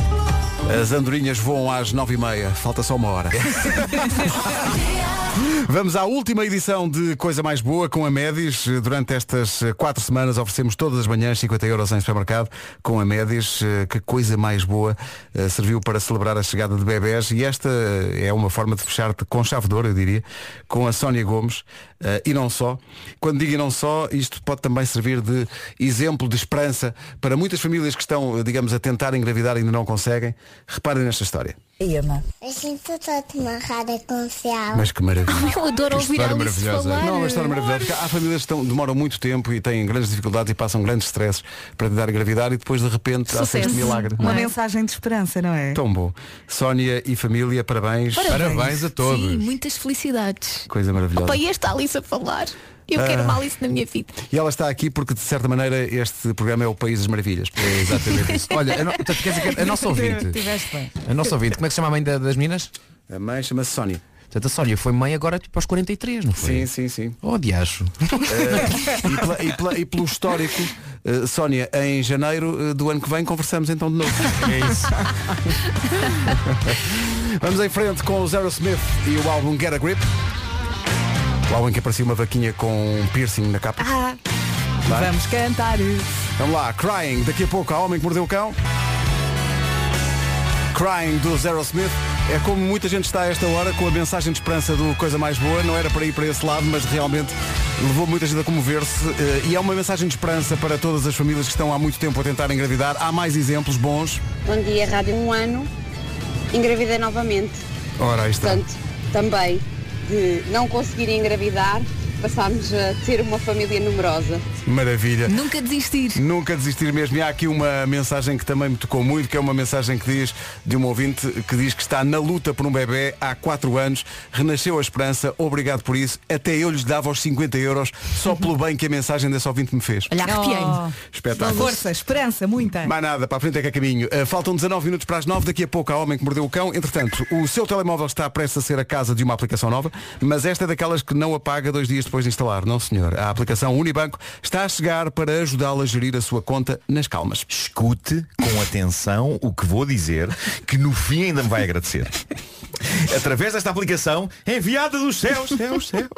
As andorinhas voam às nove e meia, falta só uma hora. Vamos à última edição de Coisa Mais Boa com a Médis. Durante estas eh, quatro semanas oferecemos todas as manhãs 50 euros em supermercado com a Médis. Eh, Que coisa mais boa eh, serviu para celebrar a chegada de bebés e esta eh, é uma forma de fechar com chave de ouro, eu diria, com a Sónia Gomes eh, e não só. Quando digo e não só, isto pode também servir de exemplo de esperança para muitas famílias que estão, eh, digamos, a tentar engravidar e ainda não conseguem. Reparem nesta história.
A gente está de uma rara comercial.
Mas que maravilha.
Eu adoro
Que
ouvir a
história
Alice
maravilhosa.
falar.
Não, é uma história maravilhosa. Porque há famílias que estão- demoram muito tempo e têm grandes dificuldades e passam grandes stresses para tentar engravidar e depois de repente há este
Sucesso.
milagre.
Uma
Não é?
mensagem de esperança, não é?
Tão bom. Sónia e família, parabéns.
Parabéns a todos.
Sim, muitas felicidades.
Coisa maravilhosa.
Pai, esta Alice a falar. Eu
Ah.
quero uma Alice na minha vida.
E ela está aqui porque, de certa maneira, este programa é o País das Maravilhas.
É exatamente isso. Olha, a, no... portanto, quer dizer que a
*laughs*
nossa ouvinte.
Tiveste bem.
A nossa ouvinte, como é que se chama a mãe da- das meninas?
A mãe chama-se Sónia.
Portanto, a Sónia foi mãe agora tipo aos 43, não foi?
Sim, sim, sim.
Oh, diacho.
eh, E, pela- e pela- e pelo histórico, eh, Sónia, em janeiro eh, do ano que vem conversamos então de novo.
É isso.
Vamos em frente com o Zero Smith e o álbum Get a Grip. O álbum que aparecia uma vaquinha com um piercing na capa. Vai.
Ah, Vamos cantar.
Vamos lá, Crying, daqui a pouco a Homem que Mordeu o Cão. Crying do Zero Smith. É como muita gente está a esta hora com a mensagem de esperança do Coisa Mais Boa. Não era para ir para esse lado, mas realmente levou muita gente a comover-se. eh, E é uma mensagem de esperança para todas as famílias que estão há muito tempo a tentar engravidar. Há mais exemplos bons.
*laughs* Bom dia, Rádio Um Ano. Engravidei novamente.
Ora, aí está.
Portanto, também de não conseguir engravidar
passámos a ter uma família numerosa.
Maravilha.
Nunca desistir.
Nunca desistir mesmo. E há aqui uma mensagem que também me tocou muito, que é uma mensagem que diz de um ouvinte que diz que está na luta por um bebê há 4 anos, renasceu a esperança, obrigado por isso, até eu lhes dava os 50 euros só pelo bem que a mensagem desse ouvinte me fez.
Olha, arrepiei-me.
Espetáculo.
Oh. Força, esperança, muita.
Mais nada, para a frente é que é caminho. Uh, faltam 19 minutos para as 9, daqui a pouco há Homem que Mordeu o Cão. Entretanto, o seu telemóvel está prestes a ser a casa de uma aplicação nova, mas esta é daquelas que não apaga dois dias depois de instalar. Não, senhor. A aplicação Unibanco está a chegar para ajudá-lo a gerir a sua conta nas calmas.
Escute com atenção o que vou dizer, que no fim ainda me vai agradecer. Através desta aplicação, enviada dos céus, céus, céus,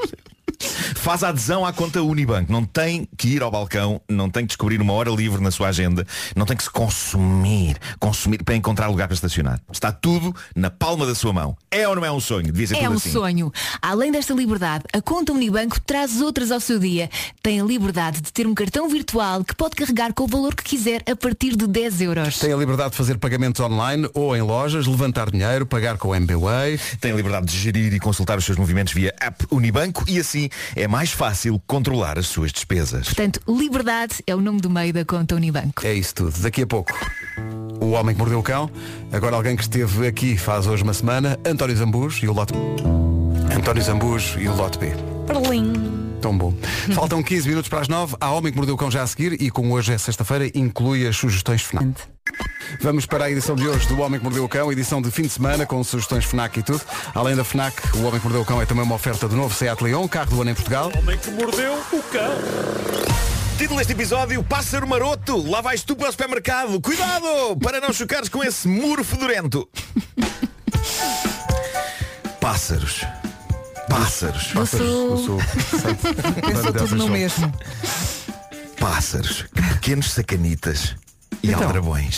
Faz adesão à conta Unibanco. Não tem que ir ao balcão, não tem que descobrir uma hora livre na sua agenda, não tem que se consumir, consumir para encontrar lugar para estacionar. Está tudo na palma da sua mão. É ou não é um sonho? Devia ser
É
tudo
um
assim.
sonho. Além desta liberdade, a conta Unibanco traz outras ao seu dia. Tem a liberdade de ter um cartão virtual que pode carregar com o valor que quiser a partir de 10 euros.
Tem a liberdade de fazer pagamentos online ou em lojas, levantar dinheiro, pagar com o MBWay.
Tem a liberdade de gerir e consultar os seus movimentos via app Unibanco e assim é mais fácil controlar as suas despesas.
Portanto, liberdade é o nome do meio da conta Unibanco.
É isso tudo. Daqui a pouco. O Homem que Mordeu o Cão. Agora alguém que esteve aqui faz hoje uma semana. António Zambujo e o Lote António Zambujo e o Lote B.
Perlim.
Tão bom. Faltam 15 minutos para as 9. Há Homem que Mordeu o Cão já a seguir e como hoje é sexta-feira, inclui as sugestões FNAC. Vamos para a edição de hoje do Homem que Mordeu o Cão, edição de fim de semana com sugestões FNAC e tudo. Além da FNAC, o Homem que Mordeu o Cão é também uma oferta do novo Seat Leon, carro do ano em Portugal.
Homem que mordeu o cão.
Título deste episódio, Pássaro Maroto, lá vais tu para o supermercado. Cuidado, para não chocares com esse muro fedorento. Pássaros. Pássaros.
Do sul.
*laughs*
Do sul.
é
Pensou tudo no mesmo.
Pássaros, que pequenos sacanitas e aldrabões.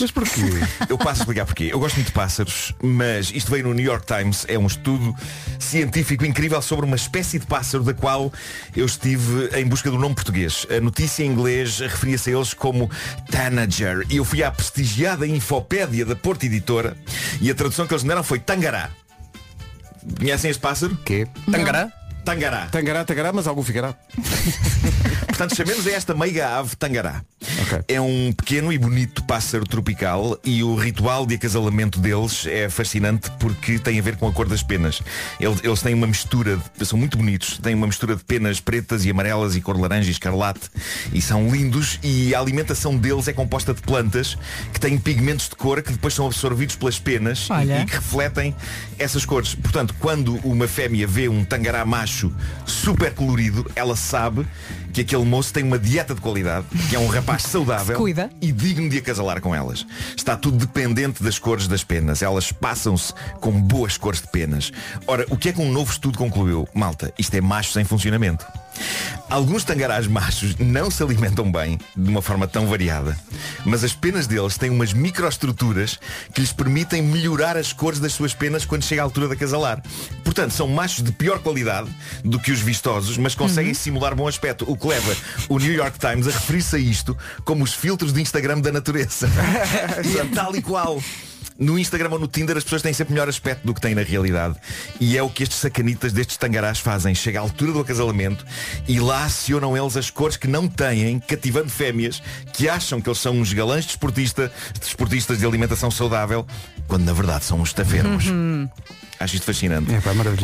Então, Mas porquê?
*laughs* Eu passo a explicar porquê. Eu gosto muito de pássaros, mas isto veio no New York Times, é um estudo científico incrível sobre uma espécie de pássaro da qual eu estive em busca do nome português. A notícia em inglês referia-se a eles como Tanager. E eu fui à prestigiada infopédia da Porta Editora e a tradução que eles me deram foi Tangará. Conhecem este pássaro?
Quê?
Tangará? Tangará.
Tangará, tangará, mas algum ficará.
Portanto, chamemos a esta meiga ave tangará. É um pequeno e bonito pássaro tropical e o ritual de acasalamento deles é fascinante porque tem a ver com a cor das penas. Eles, eles têm uma mistura, de, são muito bonitos, têm uma mistura de penas pretas e amarelas e cor laranja e escarlate e são lindos e a alimentação deles é composta de plantas que têm pigmentos de cor que depois são absorvidos pelas penas e-
Olha.
e que refletem essas cores. Portanto, quando uma fêmea vê um tangará macho super colorido, ela sabe que aquele moço tem uma dieta de qualidade, que é um rapaz saudável
Cuida.
e digno de acasalar com elas. Está tudo dependente das cores das penas. Elas passam-se com boas cores de penas. Ora, o que é que um novo estudo concluiu? Malta, isto é machos em funcionamento. Alguns tangarás machos não se alimentam bem de uma forma tão variada, mas as penas deles têm umas microestruturas que lhes permitem melhorar as cores das suas penas quando chega a altura de acasalar. Portanto, são machos de pior qualidade do que os vistosos, mas conseguem simular bom aspecto, o que leva o New York Times a referir-se a isto como os filtros de Instagram da natureza. e é tal e qual. No Instagram ou no Tinder as pessoas têm sempre melhor aspecto do que têm na realidade. E é o que estes sacanitas destes tangarás fazem. Chega à altura do acasalamento e lá acionam eles as cores que não têm, cativando fêmeas que acham que eles são uns galãs desportista, desportistas de alimentação saudável, quando na verdade são uns tavernos.
Uhum.
Acho isto fascinante.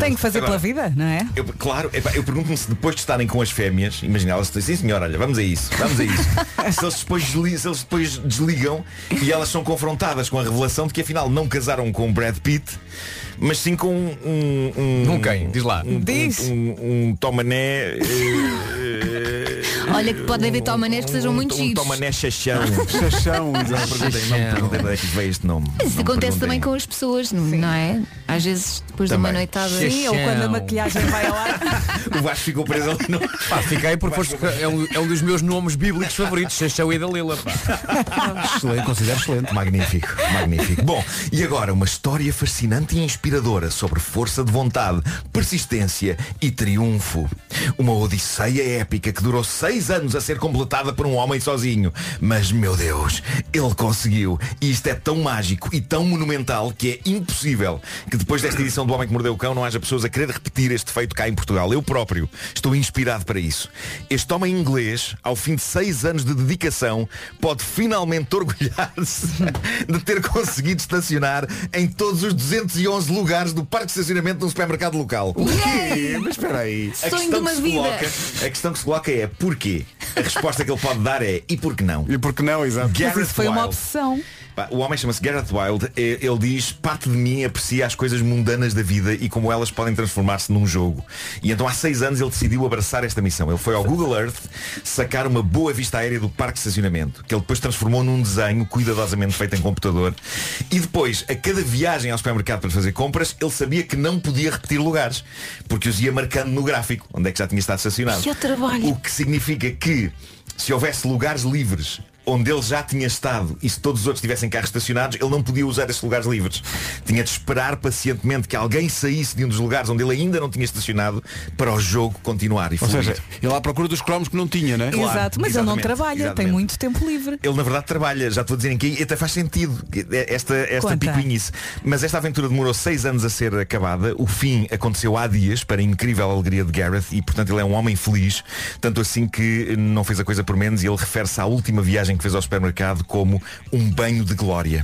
Tem que fazer
Agora,
pela vida, não é?
eu, claro, epá, eu pergunto-me se depois de estarem com as fêmeas, imagina elas dizem, sim senhor, olha, vamos a isso, vamos a *laughs* isso. se, eles depois desli- se eles depois desligam e elas são confrontadas com a revelação de que afinal não casaram com Brad Pitt, mas sim com um. um, um quem? Diz lá. Um,
Diz.
Um, um, um tomané. eh, eh,
Olha que pode haver tomanés que sejam muito
um
giros.
tomané chachão.
Chachão,
não me perguntem, não me perguntem de onde é que veio este nome.
Mas isso
Não me
acontece
perguntem.
também com as pessoas, não, não é? Às vezes depois de uma
Também.
noitada.
Sim, ou quando a
maquilhagem vai ao ar.
O Vasco ficou preso ali no.
*laughs* Pá, fiquei porque foste, é, um, é um dos meus nomes bíblicos favoritos, Chachão e Dalila. Pá.
*laughs* Excelente, considero excelente. Magnífico, magnífico. Bom, e agora uma história fascinante e inspiradora sobre força de vontade, persistência e triunfo. Uma odisseia épica que durou seis anos a ser completada por um homem sozinho. Mas, meu Deus, ele conseguiu. E isto é tão mágico e tão monumental que é impossível que depois desta edição do Homem que Mordeu o Cão não haja pessoas a querer repetir este feito cá em Portugal. Eu próprio estou inspirado para isso. Este homem inglês, ao fim de seis anos de dedicação, pode finalmente orgulhar-se *laughs* de ter conseguido estacionar em todos os 211 lugares do parque de estacionamento de um supermercado local. O quê? Mas espera aí.
Sonho de uma
que se
vida.
coloca a questão que se coloca é porquê? A resposta que ele pode dar é e porque não? E porque não, exato.
Mas isso foi uma opção.
Pá, O homem chama-se Gareth Wild. E- Ele diz, parte de mim aprecia as coisas mundanas da vida e como elas podem transformar-se num jogo. E então há seis anos ele decidiu abraçar esta missão. Ele foi ao Google Earth sacar uma boa vista aérea do parque de estacionamento, que ele depois transformou num desenho cuidadosamente feito em computador. E depois, a cada viagem ao supermercado para fazer compras, ele sabia que não podia repetir lugares, porque os ia marcando no gráfico, onde é que já tinha estado estacionado.
Que ao trabalho.
O que significa que se houvesse lugares livres onde ele já tinha estado e se todos os outros tivessem carros estacionados, ele não podia usar esses lugares livres. Tinha de esperar pacientemente que alguém saísse de um dos lugares onde ele ainda não tinha estacionado para o jogo continuar e
Ou
fluir.
seja, ele à procura dos cromos que não tinha, né?
É Claro,
Exato, mas ele não
exatamente,
trabalha, tem
exatamente. É
muito tempo livre.
Ele na verdade trabalha, já estou a dizer em que até faz sentido esta, esta
Conta.
picuinhice. Mas esta aventura demorou seis anos a ser acabada. O fim aconteceu há dias, para a incrível alegria de Gareth, e portanto ele é um homem feliz, tanto assim que não fez a coisa por menos e ele refere-se à última viagem que fez ao supermercado como um banho de glória.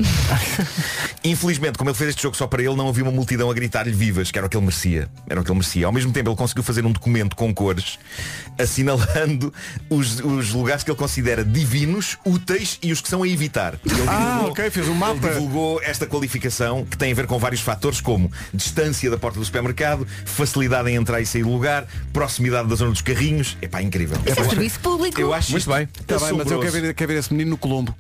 Infelizmente, como ele fez este jogo só para ele, não havia uma multidão a gritar-lhe vivas, que era o que ele merecia. Era o que ele merecia. Ao mesmo tempo, ele conseguiu fazer um documento com cores, assinalando os, os lugares que ele considera divinos, úteis e os que são a evitar. E Ele
Ah, ok, fez um mapa.
ele divulgou esta qualificação que tem a ver com vários fatores, como distância da porta do supermercado, facilidade em entrar e sair do lugar, proximidade da zona dos carrinhos. Epá, incrível.
Isso é
Eu-
serviço público.
Eu acho
Muito Tá bem. Está bem, mas eu quero
assombroso.
ver, quero ver esse menino no *laughs* Colombo.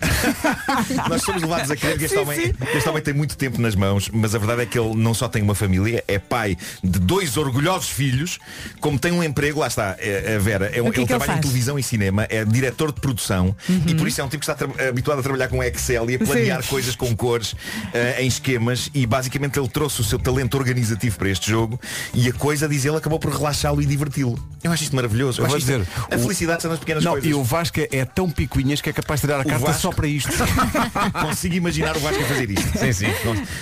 Nós somos levados a crer que este,
Sim,
homem,
sim.
este homem tem muito tempo nas mãos, mas a verdade é que ele não só tem uma família, é pai de dois orgulhosos filhos, como tem um emprego, lá está, é- a Vera, é um,
O que é que
ele
ele
trabalha em
faz? Uhum.
televisão e cinema, é diretor de produção e por isso é um tipo que está tra- habituado a trabalhar com Excel e a planear
Sim.
coisas com cores, eh, em esquemas e basicamente ele trouxe o seu talento organizativo para este jogo e a coisa, diz ele, acabou por relaxá-lo e diverti-lo. Eu acho isto maravilhoso. Eu
Vais
acho isto-
dizer,
a
o-
felicidade são nas pequenas
Não,
coisas.
e o Vasco é tão picuinhas que é capaz de tirar a
O
carta
Vasco-
só para
*laughs*
isto.
Consigo imaginar o Vasco a fazer isto. Sim, sim.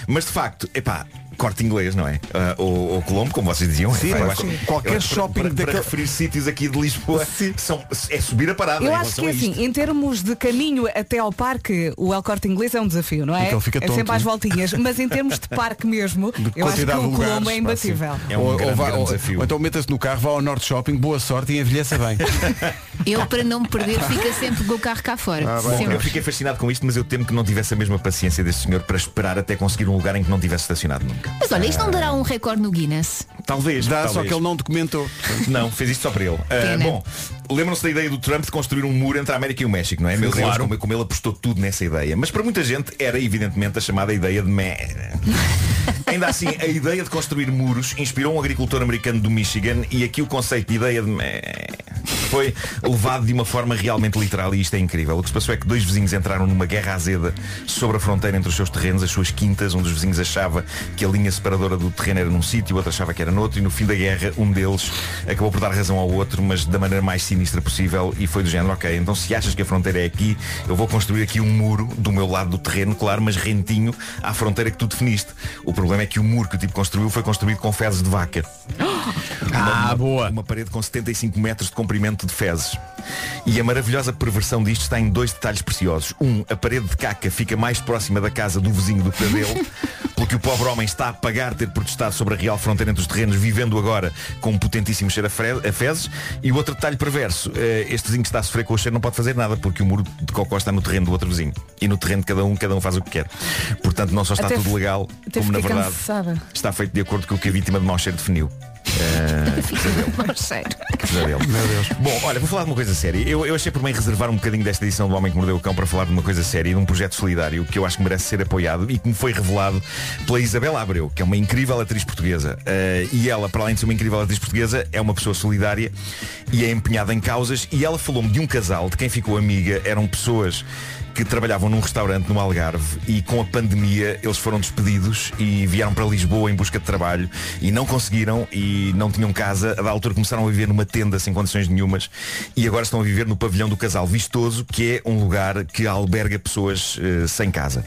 Mas de facto, epá, corte inglês, não é? Ah, ou, ou Colombo, como vocês diziam.
Sim,
Epá, eu
mas
acho-
sim.
eu
Qualquer
acho que
shopping
para, para,
daquele-
para referir sítios aqui de Lisboa são, é subir a parada.
Eu
em
acho que é
relação a
assim,
isto.
em termos de caminho até ao parque, o El Corte Inglês é um desafio, não é?
Porque ele fica
é
tonto,
sempre às
não
voltinhas, mas em termos de parque mesmo, eu acho que o Colombo é imbatível.
É um grande, grande
desafio. então meta-se no carro, vá ao Norte Shopping, boa sorte e envelheça
*laughs*
bem.
Eu, para não me perder, fica sempre com o carro cá fora.
Ah, bom.
Sempre.
eu fiquei fascinado com isto, mas eu temo que não tivesse a mesma paciência deste senhor para esperar até conseguir um lugar em que não tivesse estacionado nunca.
Mas olha, isto não dará um recorde no Guinness.
Talvez.
Dá,
talvez.
só que ele não documentou.
Não, fez isto só para ele. Ah,
Pena.
bom, lembram-se da ideia do Trump de construir um muro entre a América e o México, não é? Meu Deus,
Claro.
como, como ele apostou tudo nessa ideia. Mas para muita gente era evidentemente a chamada ideia
*laughs*
de meh. Ainda assim, a ideia de construir muros inspirou um agricultor americano do Michigan e aqui o conceito de ideia de meh foi levado de uma forma realmente literal e isto é incrível. O que se passou é que dois vizinhos entraram numa guerra azeda sobre a fronteira entre os seus terrenos, as suas quintas. Um dos vizinhos achava que a linha separadora do terreno era num sítio, o outro achava que era noutro e no fim da guerra um deles acabou por dar razão ao outro, mas da maneira mais sinistra possível e foi do género, ok, então se achas que a fronteira é aqui, eu vou construir aqui um muro do meu lado do terreno, claro, mas rentinho à fronteira que tu definiste. O problema é que o muro que o tipo construiu foi construído com fezes de vaca.
Ah,
Uma, boa. Uma parede com 75 metros de comprimento de fezes. E a maravilhosa perversão disto está em dois detalhes preciosos. Um, a parede de caca fica mais próxima da casa do vizinho do que
*laughs*
da dele, porque o pobre homem está a pagar ter protestado sobre a real fronteira entre os terrenos, vivendo agora com um potentíssimo cheiro a, fre- a fezes. E o outro detalhe perverso, eh, este vizinho que está a sofrer com o cheiro não pode fazer nada, porque o muro de cocó está no terreno do outro vizinho. E no terreno de cada um, cada um faz o que quer. Portanto, não só está
Até
tudo
fi-
legal,
até
como na
fiquei
verdade
cansada.
está feito de acordo com o que a vítima de mau cheiro definiu.
*laughs*
Eh, Pesadelo. Bom, olha, vou falar de uma coisa séria. Eu, eu achei por bem reservar um bocadinho desta edição do Homem que Mordeu o Cão para falar de uma coisa séria, e de um projeto solidário que eu acho que merece ser apoiado e que me foi revelado pela Isabela Abreu, que é uma incrível atriz portuguesa. Eh, e ela, para além de ser uma incrível atriz portuguesa, é uma pessoa solidária e é empenhada em causas. E ela falou-me de um casal de quem ficou amiga, eram pessoas que trabalhavam num restaurante no Algarve e com a pandemia eles foram despedidos e vieram para Lisboa em busca de trabalho e não conseguiram e não tinham casa. Da altura começaram a viver numa tenda sem condições nenhumas e agora estão a viver no pavilhão do Casal Vistoso, que é um lugar que alberga pessoas eh, sem casa.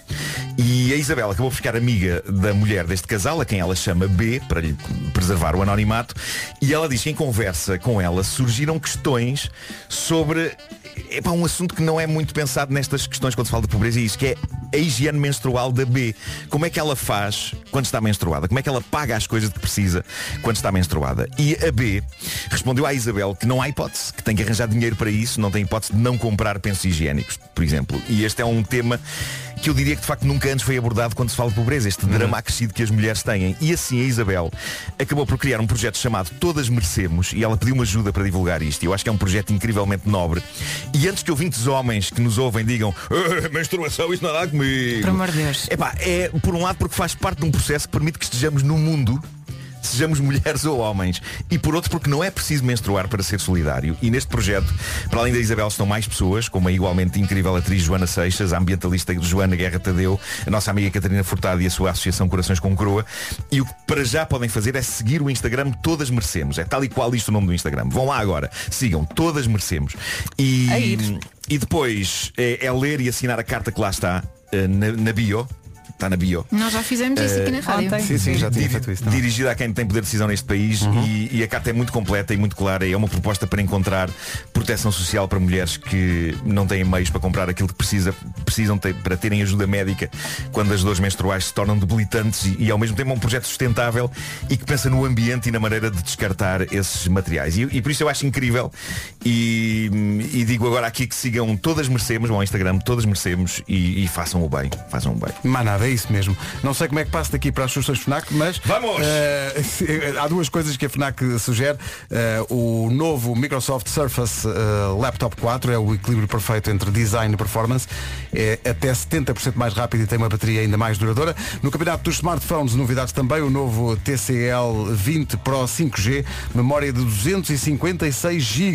E a Isabel acabou por ficar amiga da mulher deste casal, a quem ela chama B, para lhe preservar o anonimato, e ela diz que em conversa com ela surgiram questões sobre epá, um assunto que não é muito pensado nestas questões quando se fala de pobreza e isso, que é a higiene menstrual da B. Como é que ela faz quando está menstruada? Como é que ela paga as coisas de que precisa quando está menstruada? E a B respondeu à Isabel que não há hipótese, que tem que arranjar dinheiro para isso, não tem hipótese de não comprar pensos higiênicos, por exemplo. E este é um tema que eu diria que de facto nunca antes foi abordado quando se fala de pobreza, este drama acrescido que as mulheres têm. E assim a Isabel acabou por criar um projeto chamado Todas Merecemos e ela pediu-me ajuda para divulgar isto. E Eu acho que é um projeto incrivelmente nobre. E antes que ouvintes homens que nos ouvem digam "Ah, *laughs* menstruação, isso não dá comigo.
Por amor de Deus.
Epá, é por um lado porque faz parte de um processo que permite que estejamos no mundo sejamos mulheres *laughs* ou homens e por outro porque não é preciso menstruar para ser solidário e neste projeto para além da Isabel estão mais pessoas como a igualmente incrível atriz Joana Seixas a ambientalista Joana Guerra Tadeu a nossa amiga Catarina Furtado e a sua associação Corações com Croa e o que para já podem fazer é seguir o Instagram Todas Merecemos é tal e qual isto o nome do Instagram vão lá agora sigam Todas Merecemos e,
A É ir.
e depois é, é ler e assinar a carta que lá está eh, na, na bio está na bio
Nós já fizemos isso aqui na
eh,
rádio.
Diri- Dirigida a quem tem poder de decisão neste país e, e a carta é muito completa e muito clara e é uma proposta para encontrar proteção social para mulheres que não têm meios para comprar aquilo que precisa, precisam ter- para terem ajuda médica quando as dores menstruais se tornam debilitantes e, e ao mesmo tempo é um projeto sustentável e que pensa no ambiente e na maneira de descartar esses materiais. E, e por isso eu acho incrível e, e digo agora aqui que sigam todas merecemos, ao Instagram, todas merecemos e, e façam o bem. Façam o bem.
Mas nada, é isso mesmo. Não sei como é que passo daqui para as sugestões FNAC, mas Vamos! *laughs* há duas coisas que a FNAC sugere. Eh, o novo Microsoft Surface eh, Laptop 4 é o equilíbrio perfeito entre design e performance. É até 70% mais rápido e tem uma bateria ainda mais duradoura. No campeonato dos smartphones, novidades também, o novo TCL 20 Pro 5G, memória de 256 GB.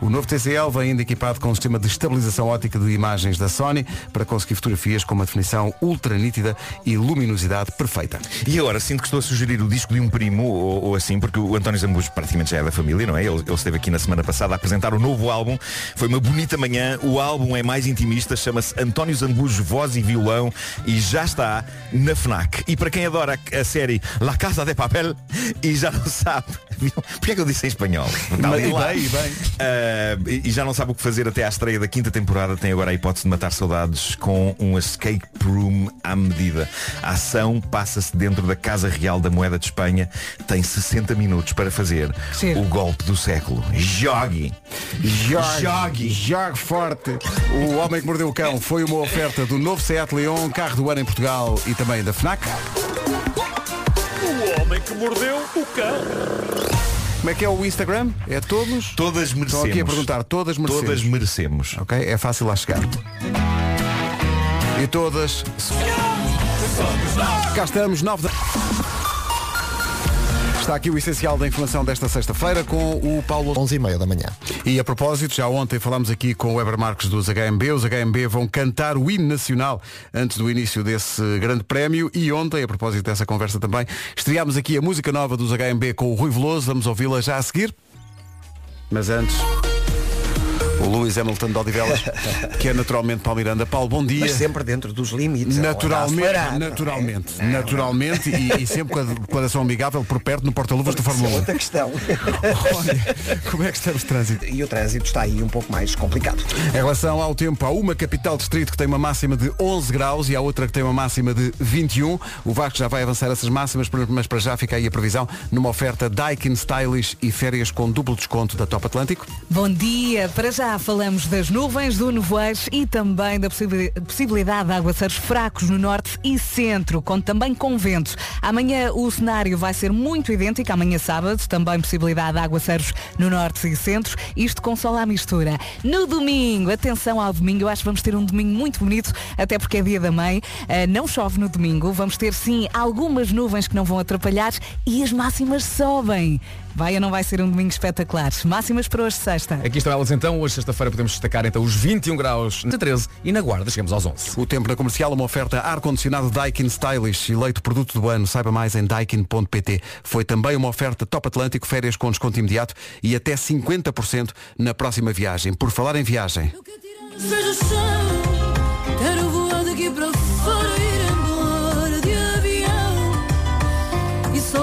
O novo TCL vem ainda equipado com um sistema de estabilização ótica de imagens da Sony para conseguir fotografias com uma definição ultra nítida e luminosidade perfeita.
E agora, sinto que estou a sugerir o disco de um primo ou, ou assim, porque o António Zambujo praticamente já é da família, não é? Ele, ele esteve aqui na semana passada a apresentar o novo álbum. Foi uma bonita manhã. O álbum é mais intimista, chama-se António Zambujo Voz e Violão e já está na FNAC. E para quem adora a, a série La Casa de Papel e já não sabe. *laughs* Porquê é que eu disse em espanhol? Está ali
E bem,
lá.
e bem.
Ah, e e já não sabe o que fazer até à estreia da quinta temporada, tem agora a hipótese de matar saudades com um escape room à medida. A ação passa-se dentro da Casa Real da Moeda de Espanha. Tem 60 minutos para fazer o golpe do século. Jogue!
Jogue, jogue forte. O Homem que Mordeu o Cão foi uma oferta do novo Seat Leon, carro do ano em Portugal e também da FNAC.
O homem que mordeu o cão.
Como é que é o Instagram? É todos?
Todas
Estão aqui a
merecemos.
perguntar, todas merecemos.
Todas merecemos.
Ok? É fácil lá chegar. E todas. Cá estamos, 9 da. Está aqui o essencial da informação desta sexta-feira com o Paulo. 11 e meia da manhã. E a propósito, já ontem falámos aqui com o Weber Marques dos HMB. Os HMB vão cantar o hino nacional antes do início desse grande prémio. E ontem, a propósito dessa conversa também, estreámos aqui a música nova dos HMB com o Rui Veloso. Vamos ouvi-la já a seguir. Mas antes, o Lewis Hamilton de
*laughs*
Odivelas, que é naturalmente Paulo Miranda. Paulo, bom dia.
Mas sempre dentro dos limites. é um
Naturalmente,
Ela anda acelerada.
naturalmente,
É.
naturalmente e, e sempre com a declaração amigável por perto no porta-luvas da Fórmula 1. *laughs*
Outra questão.
como é que estamos de trânsito?
E o trânsito está aí um pouco mais complicado.
Em relação ao tempo, há uma capital distrito que tem uma máxima de 11 graus e há outra que tem uma máxima de 21. O Vasco já vai avançar essas máximas, mas para já fica aí a previsão numa oferta Daikin Stylish e férias com duplo desconto da Top Atlântico.
Bom dia, para já falamos das nuvens, do nevoeiro e também da possibi- possibilidade de aguaceiros fracos no norte e centro, conto também com vento. Amanhã o cenário vai ser muito idêntico, amanhã sábado também possibilidade de aguaceiros no norte e centro, isto com sol à mistura. No domingo, atenção ao domingo, eu acho que vamos ter um domingo muito bonito, até porque é dia da mãe, Ah, não chove no domingo, vamos ter sim algumas nuvens que não vão atrapalhar e as máximas sobem. Vai ou não vai ser um domingo espetacular? Máximas para hoje, sexta.
Aqui estão elas então, hoje sexta-feira podemos destacar então os 21 graus na 13 e na Guarda chegamos aos 11.
O tempo na comercial, uma oferta ar-condicionado Daikin Stylish, eleito produto do ano. Saiba mais em daikin.pt. Foi também uma oferta Top Atlântico, férias com desconto imediato e até 50% na próxima viagem. Por falar em viagem,
Os pés no chão, quero voar daqui para fora e ir embora.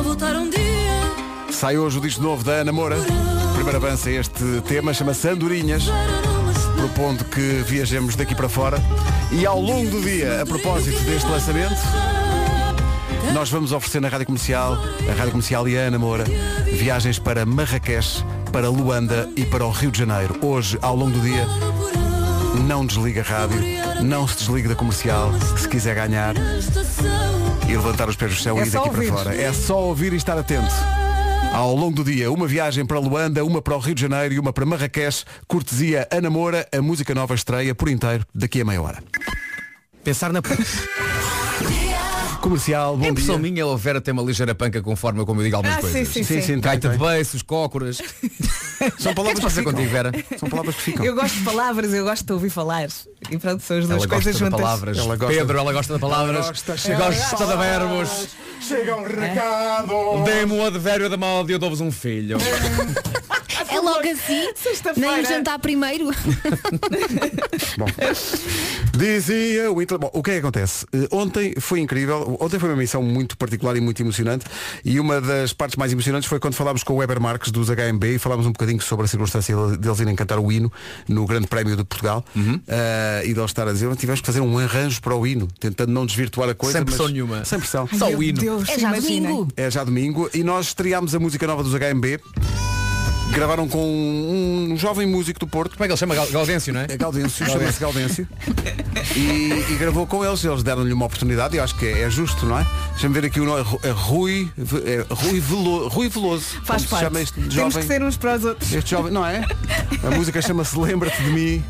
voltar um dia
Sai hoje o disco novo da Ana Moura. Primeiro avanço a este tema, chama-se Andorinhas, propondo que viajemos daqui para fora. E ao longo do dia, a propósito deste lançamento, nós vamos oferecer na Rádio Comercial, a Rádio Comercial e a Ana Moura, viagens para Marrakech, para Luanda e para o Rio de Janeiro. Hoje, ao longo do dia, não desliga a rádio, não se desliga da comercial, se quiser ganhar
estação.
e levantar os pés do chão
É
e ir
só
daqui para
ouvir.
fora. É só ouvir e estar atento. Ao longo do dia, uma viagem para Luanda, uma para o Rio de Janeiro e uma para Marrakech. Cortesia Ana Moura, a música nova estreia por inteiro daqui a meia hora. Pensar na... Comercial, bom
A
dia.
impressão minha, a Vera tem uma ligeira panca conforme eu como eu digo algumas
Ah, sim,
coisas.
sim, Sim, sim. sim,
Gaita de beiço, os *laughs* cócoras. São
O que é
palavras
que
que você
ficam?
contigo, Vera.
São palavras que
Eu gosto de palavras, eu gosto de ouvir falar. E pronto, são as duas
Ela gosta
coisas
de
juntas.
palavras.
Ela gosta-
Pedro, ela gosta de palavras.
Ela gosta, chega-
gosta de verbos.
Chega um recado.
Dê-me o advério da malde e eu dou-vos um filho.
É logo assim? Nem o jantar primeiro?
Bom. Dizia o Hitler. Bom, o que é que acontece? Eh, Ontem foi incrível. Ontem foi uma missão muito particular e muito emocionante. E uma das partes mais emocionantes foi quando falámos com o Weber Marques dos HMB e falámos um bocadinho sobre a circunstância de- deles irem cantar o hino no Grande Prémio de Portugal. Eh, e de eles estar a dizer, tivemos que fazer um arranjo para o hino, tentando não desvirtuar a coisa.
Sem
mas-
pressão nenhuma.
Sem pressão.
Ai, Só o meu hino. Deus,
É já imaginem. domingo.
É já domingo. E nós estreámos a música nova dos HMB. Gravaram com um jovem músico do Porto. Como
é que ele chama? Gal- Gaudêncio, não é? *laughs*
Gaudêncio, chama-se Gaudêncio. E, e gravou com eles, eles deram-lhe uma oportunidade e eu acho que é, é justo, não é? Deixa-me ver aqui o nome, é Ru- é Rui, é Rui, Velo, Rui Veloso.
Faz
como se
parte.
chama este
Temos
jovem.
que ser um uns para os outros.
Este jovem, não é? A música chama-se Lembra-te de mim.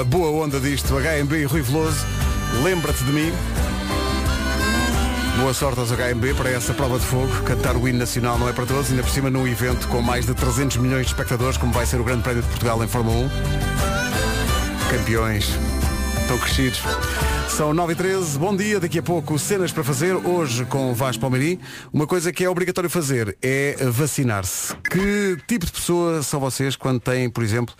A boa onda disto, HMB e Rui Veloso, Lembra-te de mim. Boa sorte aos HMB para essa prova de fogo. Cantar o hino nacional não é para todos, ainda por cima num evento com mais de 300 milhões de espectadores, como vai ser o Grande Prémio de Portugal em Fórmula 1. Campeões, estão crescidos. São 9 e 13 bom dia, daqui a pouco cenas para fazer, hoje com o Vasco Palmeirim. Uma coisa que é obrigatório fazer é vacinar-se. Que tipo de pessoa são vocês quando têm, por exemplo,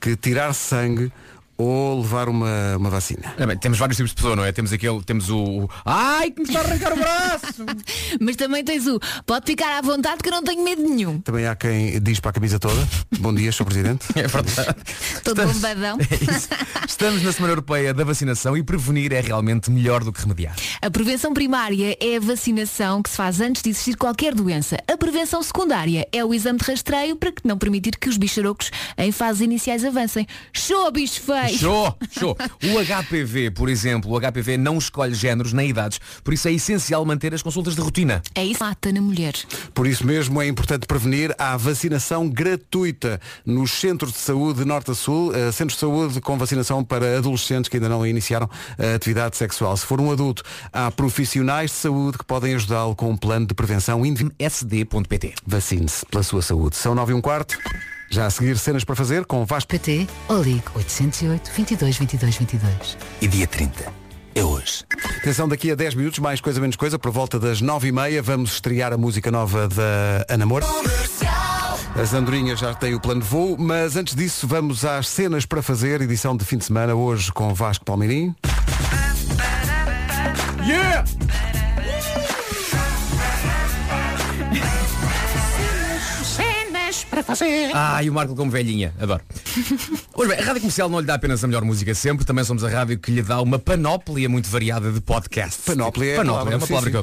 que tirar sangue ou levar uma, uma vacina?
Ah, bem, Temos vários tipos de pessoa, não é? Temos aquele, temos o. o- Ai, que me está a arrancar o braço!
*laughs* Mas também tens o pode ficar à vontade que eu não tenho medo nenhum.
Também há quem diz para a camisa toda. Bom dia, Sr. Presidente.
*laughs* É verdade. *laughs*
Todo bombadão.
é Estamos na Semana Europeia é da Vacinação e prevenir é realmente melhor do que remediar.
A prevenção primária é a vacinação que se faz antes de existir qualquer doença. A prevenção secundária é o exame de rastreio para que não permitir que os bicharocos em fases iniciais avancem. Show, bicho feio!
Show, show. O HPV, por exemplo, o HPV não escolhe géneros nem idades, por isso é essencial manter as consultas de rotina.
É isso, mata na mulher.
Por isso mesmo é importante prevenir a vacinação gratuita nos centros de saúde de norte a sul, eh, centros de saúde com vacinação para adolescentes que ainda não iniciaram a atividade sexual. Se for um adulto, há profissionais de saúde que podem ajudá-lo com um plano de prevenção
sd.pt.
Vacine-se pela sua saúde. São 9 e um quarto. Já a seguir cenas para fazer com Vasco
PT ou ligue 808 22 22 22.
E dia 30. É hoje. Atenção, daqui a 10 minutos, mais coisa menos coisa, por volta das 9h30, vamos estrear a música nova da Ana Moura. As andorinhas já têm o plano de voo, mas antes disso vamos às cenas para fazer, edição de fim de semana, hoje com Vasco Palmeirim. Yeah!
Cenas para fazer.
Ah, e o Marco como velhinha, adoro. Hoje bem, a Rádio Comercial não lhe dá apenas a melhor música sempre, também somos a rádio que lhe dá uma panóplia muito variada de podcasts.
Panóplia é a palavra,
panóplia, é uma
sim,
palavra
sim.
que eu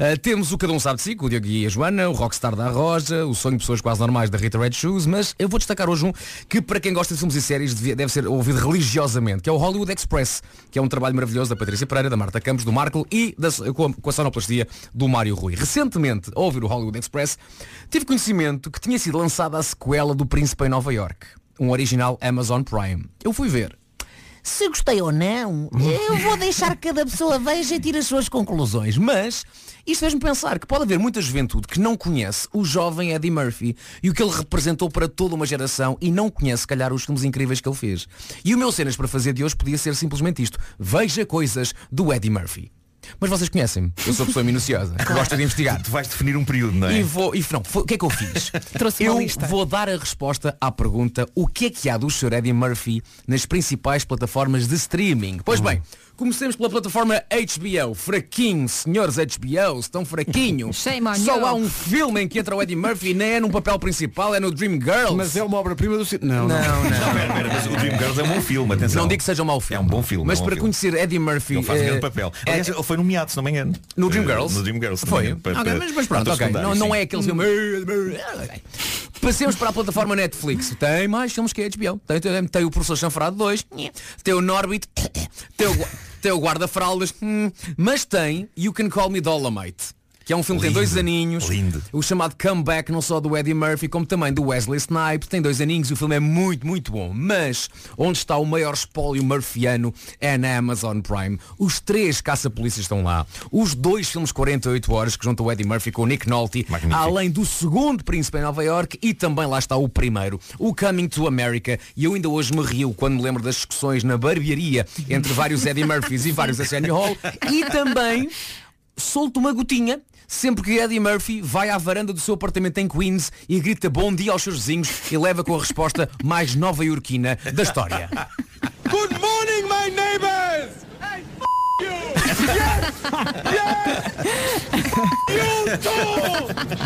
adoro. Ah, temos o Cada Um Sabe de Si, com o Diogo e a Joana, o Rockstar da Roja, o Sonho de Pessoas Quase Normais da Rita Red Shoes, mas eu vou destacar hoje um que para quem gosta de filmes e séries devia- deve ser ouvido religiosamente, que é o Hollywood Express, que é um trabalho maravilhoso da Patrícia Pereira, da Marta Campos, do Marco e da, com, a, com a sonoplastia do Mário Rui. Recentemente, ao ouvir o Hollywood Express, tive conhecimento que tinha sido lançada a sequela do Príncipe em Nova York, um original Amazon Prime. Eu fui ver.
Se gostei ou não, eu vou deixar que cada pessoa veja e tire as suas conclusões.
conclusões, mas isto fez-me pensar que pode haver muita juventude que não conhece o jovem Eddie Murphy e o que ele representou para toda uma geração e não conhece, se calhar, os filmes incríveis que ele fez. E o meu Cenas para Fazer de hoje podia ser simplesmente isto. Veja coisas do Eddie Murphy. Mas vocês conhecem-me. Eu sou pessoa minuciosa. que Gosto de investigar.
Tu vais definir um período, não é?
E vou, e não, foi- o que é que eu fiz?
Trouxe uma
eu
lista.
vou dar a resposta à pergunta o que é que há do Sr. Eddie Murphy nas principais plataformas de streaming. Pois bem, Comecemos pela plataforma HBO. Fraquinho, senhores HBO, estão fraquinhos.
Shame on
Só
you.
há um filme em que entra o Eddie Murphy e nem é num papel principal, é no Dreamgirls. Mas
é uma obra-prima do
Não,
cinema.
não.
*laughs*
Espera, espera, mas o Dreamgirls é um bom filme, atenção.
Não digo que seja um mau filme.
É um bom filme.
Mas
é um bom
para
filme.
conhecer Eddie Murphy.
Ele faz um
eh,
grande papel.
é-
Aliás, ele foi nomeado, se não me engano.
No
Eh,
Dreamgirls?
No Dreamgirls. se não me
Foi.
engano, para-
Ok,
para-
mas, mas pronto,
para o
ok.
secundário,
Não, não
sim.
é aquele filme. eh, Ok. Passemos para a plataforma Netflix. Tem mais filmes que a HBO. Tem, tem, tem o Professor Chanfrado 2, tem o Norbit, tem o, gua- tem o Guarda-Fraldas, hum, mas tem You Can Call Me Dolomite. Que é um filme que tem dois aninhos. Lindo. O chamado comeback não só do Eddie Murphy, como também do Wesley Snipes. Tem dois aninhos e o filme é muito, muito bom. Mas onde está o maior espólio murfiano é na Amazon Prime. Os três caça-polícias estão lá. Os dois filmes 48 horas que juntam o Eddie Murphy com o Nick Nolte. Além do segundo Príncipe em Nova York e também lá está o primeiro, o Coming to America. E eu ainda hoje me rio quando me lembro das discussões na barbearia entre vários Eddie Murphys e vários Arsenio Hall. E também solto uma gotinha sempre que Eddie Murphy vai à varanda do seu apartamento em Queens e grita bom dia aos seus vizinhos e leva com a resposta mais nova-iorquina da história.
Good morning, my neighbors! Hey, f you! Yes! Yes! you too!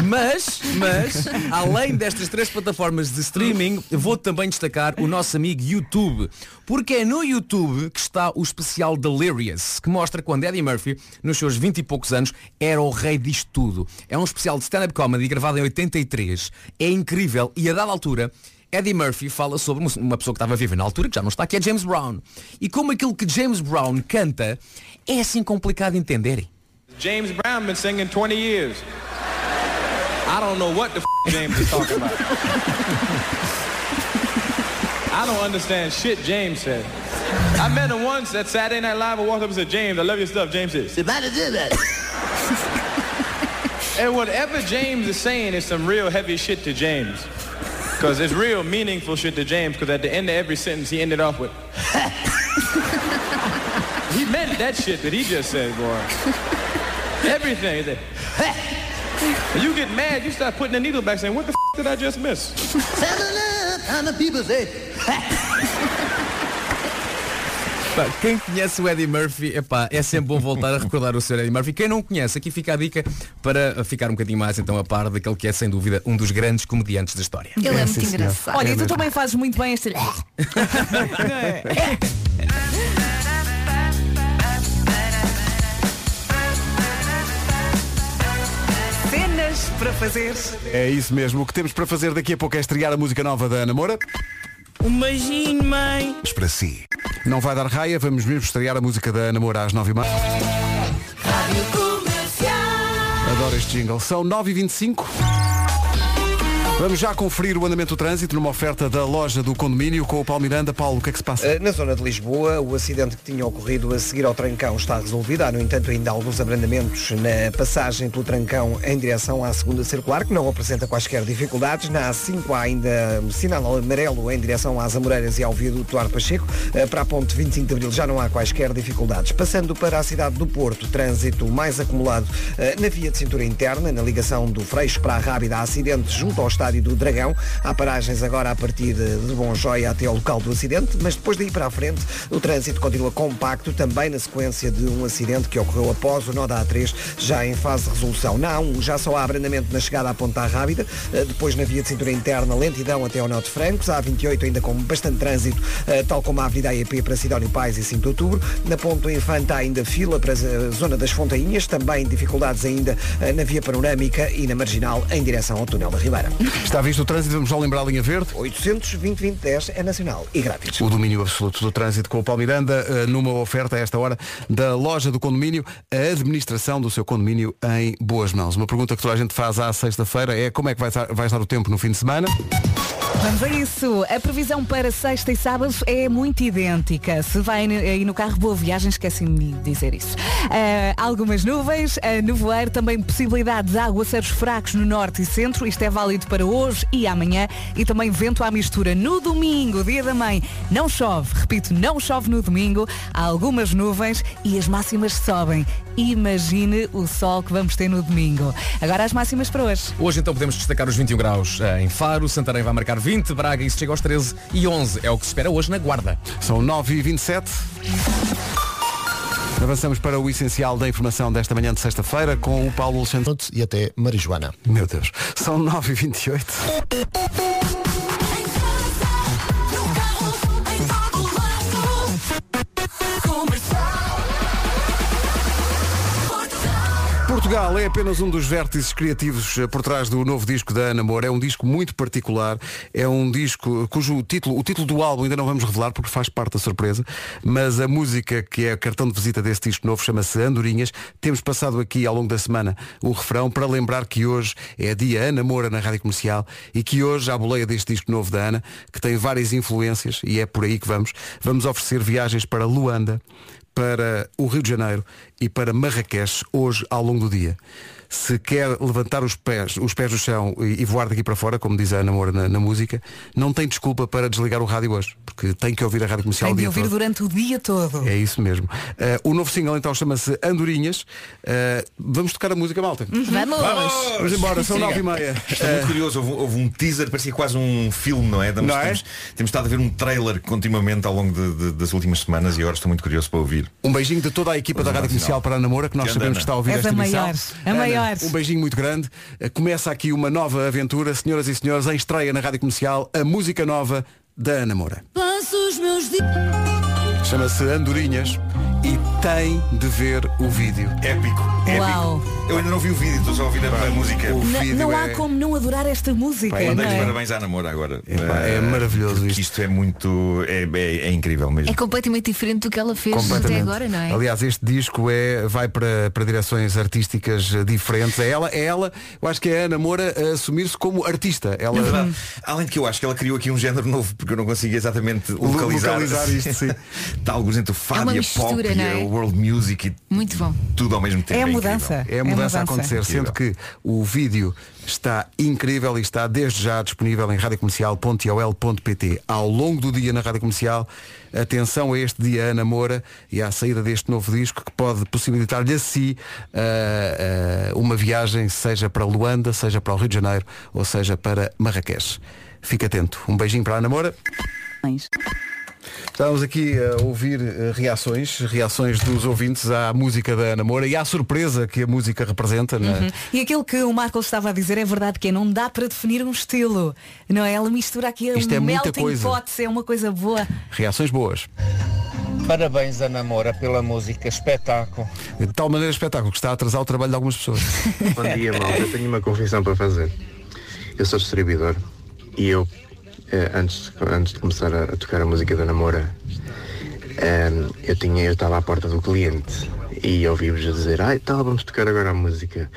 Mas, mas, além destas três plataformas de streaming, vou também destacar o nosso amigo YouTube. Porque é no YouTube que está o especial Delirious, que mostra quando Eddie Murphy, nos seus 20 e poucos anos, era o rei disto tudo. É um especial de stand-up comedy gravado em 83. É incrível e a dada altura. Eddie Murphy fala sobre um- uma pessoa que estava viva na altura, que já não está, que é James Brown. E como aquilo que James Brown canta é assim complicado de entenderem.
James Brown been singing 20 years. I don't know what the f- James is talking about. I don't understand shit James said. I met him once at Saturday Night Live. I walked up and said, James, I love your stuff. James said, Somebody did that. *laughs* and whatever James is saying is some real heavy shit to James. Because it's real meaningful shit to James because at the end of every sentence he ended off with, he meant that shit that he just said, boy. Everything. He said, "Heh." you get mad, you start putting the needle back saying, what the f- did I just miss?
And the people say,
Pá, quem conhece o Eddie Murphy, epá, é sempre bom voltar a recordar o Sr. Eddie Murphy. Quem não conhece, aqui fica a dica para ficar um bocadinho mais então a par daquele que é sem dúvida um dos grandes comediantes da história.
Ele é, muito engraçado. Olha, e tu também fazes muito bem *laughs* este. Cenas para fazer.
É isso mesmo. O que temos para fazer daqui a pouco é estrear a música nova da Ana Moura.
Um beijinho, mãe.
Mas para si. Não vai dar raia, vamos mesmo estrear a música da Ana Moura às 9h30.
Rádio Comercial.
Adoro este jingle. São 9h25. Vamos já conferir o andamento do trânsito numa oferta da loja do condomínio com o Paulo Miranda. Paulo, o que é que se passa?
Eh, Na zona de Lisboa, o acidente que tinha ocorrido a seguir ao Trancão está resolvido. Há, no entanto, ainda alguns abrandamentos na passagem pelo Trancão em direção à segunda circular, que não apresenta quaisquer dificuldades. Na A5 há ainda sinal amarelo em direção às Amoreiras e ao viaduto Duarte Pacheco. Eh, Para a ponte 25 de Abril já não há quaisquer dificuldades. Passando para a cidade do Porto, trânsito mais acumulado eh, na via de cintura interna, na ligação do Freixo para a Rábida, há acidente junto ao estádio do Dragão. Há paragens agora a partir de de Bom Joia até ao local do acidente, mas depois daí para a frente o trânsito continua compacto, também na sequência de um acidente que ocorreu após o nó da A3, já em fase de resolução. Na A1 já só há abrandamento na chegada à Ponta Rábida, eh, depois na via de cintura interna, lentidão até ao nó de Francos, a A28 ainda com bastante trânsito, eh, tal como a Avenida AEP para Sidónio Pais e 5 de Outubro. Na Ponto Infanta há ainda fila para a zona das Fontainhas, também dificuldades ainda eh, na via panorâmica e na marginal em direção ao túnel da Ribeira.
Está visto o trânsito, vamos já lembrar a linha verde.
800 2010 é nacional e grátis.
O domínio absoluto do trânsito com o Paulo Miranda, eh, numa oferta a esta hora da loja do condomínio, a administração do seu condomínio em boas mãos. Uma pergunta que toda a gente faz à sexta-feira é como é que vai estar, vai estar o tempo no fim de semana?
Vamos a isso. A previsão para sexta e sábado é muito idêntica. Se vai no- aí no carro, boa viagem, esqueci-me de dizer isso. Ah, algumas nuvens, ah, nevoeiro, também possibilidade de aguaceiros fracos no norte e centro. Isto é válido para hoje e amanhã. E também vento à mistura no domingo, dia da mãe. Não chove, repito, não chove no domingo. Há algumas nuvens e as máximas sobem. Imagine o sol que vamos ter no domingo. Agora as máximas para hoje.
Hoje então podemos destacar os 21 graus eh, em Faro, Santarém vai marcar 20, Braga isso chega aos 13 e 11 é o que se espera hoje na Guarda.
São 9 e 27. Avançamos para o essencial da informação desta manhã de sexta-feira com o Paulo Alexandre. E até Marijuana. Meu Deus. São 9h28. Portugal é apenas um dos vértices criativos eh, por trás do novo disco da Ana Moura. É um disco muito particular. É um disco cujo título, o título do álbum ainda não vamos revelar porque faz parte da surpresa, mas a música que é cartão de visita desse disco novo chama-se Andorinhas. Temos passado aqui ao longo da semana o refrão para lembrar que hoje é dia Ana Moura na Rádio Comercial e que hoje a boleia deste disco novo da Ana, que tem várias influências e é por aí que vamos, vamos oferecer viagens para Luanda, para o Rio de Janeiro e para Marrakech hoje ao longo do dia. Se quer levantar os pés, os pés do chão e, e voar daqui para fora, como diz a Ana Moura na, na música, não tem desculpa para desligar o rádio hoje, porque tem que ouvir a rádio comercial
Tem
o
de
dia
ouvir
todo.
durante o dia todo.
É isso mesmo. Eh, o novo single então chama-se Andorinhas. Eh, vamos tocar a música, malta.
Uhum.
Vamos!
Vamos embora, são nove e meia.
Estou muito curioso, houve, houve um teaser, parecia quase um filme, não é? Estamos-
Não é?
Temos, temos estado a ver um trailer continuamente ao longo de- de- das últimas semanas e agora estou muito curioso para ouvir.
Um beijinho de toda a equipa da Rádio Comercial para a Namora, que nós
Grande
sabemos
Ana.
que está a ouvir
És
esta
a
emissão.
maior,
a
Ana,
maior.
Um beijinho muito grande. Eh, Começa aqui uma nova aventura, senhoras e senhores, em estreia na Rádio Comercial, a música nova da Ana Moura.
Passo os
*laughs*
meus dias.
Chama-se Andorinhas e tem de ver o vídeo.
Épico. épico.
Uau.
Eu ainda não vi o vídeo, estou só a ouvir a, a música.
N- não há como não adorar esta música.
Pai, mandei
não
os
é?
parabéns à namora agora.
é maravilhoso
isto. Isto é muito. É, é- é incrível mesmo.
É completamente diferente do que ela fez até
Completamente.
agora, não é?
Aliás, este disco é, vai para, para direções artísticas eh, diferentes. É ela, é ela, eu acho que é a Ana Moura a assumir-se como artista. Ela
É verdade. Além de que eu acho que ela criou aqui um género novo, porque eu não consigo exatamente
Lo-
localizar,
localizar isto, sim.
*laughs* Está alguns entre o
É
fado
uma
e a pop
mistura,
e
não é?
a world music e
Muito bom.
tudo ao mesmo tempo.
É a
incrível.
mudança.
É a mudança a acontecer, sendo que o vídeo está incrível e está desde já disponível em radiocomercial.ol.pt. Ao longo do dia na Rádio Comercial, atenção a este dia Ana Moura e à saída deste novo disco que pode possibilitar-lhe a si ah, ah, uma viagem, seja para Luanda, seja para o Rio de Janeiro ou seja para Marrakech. Fique atento. Um beijinho para a Ana Moura. Estávamos aqui a ouvir eh, reações, reações dos ouvintes à música da Ana Moura e à surpresa que a música representa. não é?
Uhum. E aquilo que o Marcos estava a dizer é verdade, que é não dá para definir um estilo. Não é? Ela mistura aqui
Isto
um
é muita
melting
coisa.
pot, é uma coisa boa.
Reações boas.
Parabéns a Namora pela música, espetáculo.
De tal maneira espetáculo que está a atrasar o trabalho de algumas
*laughs*
pessoas.
Bom dia, malta. Eu tenho uma confissão para fazer. Eu sou distribuidor e eu, eh, antes, de- antes de começar a, a tocar a música da Namora, ehm, eu tinha eu estava à porta do cliente e ouvi-vos a dizer, ah, tal, vamos tocar agora a música.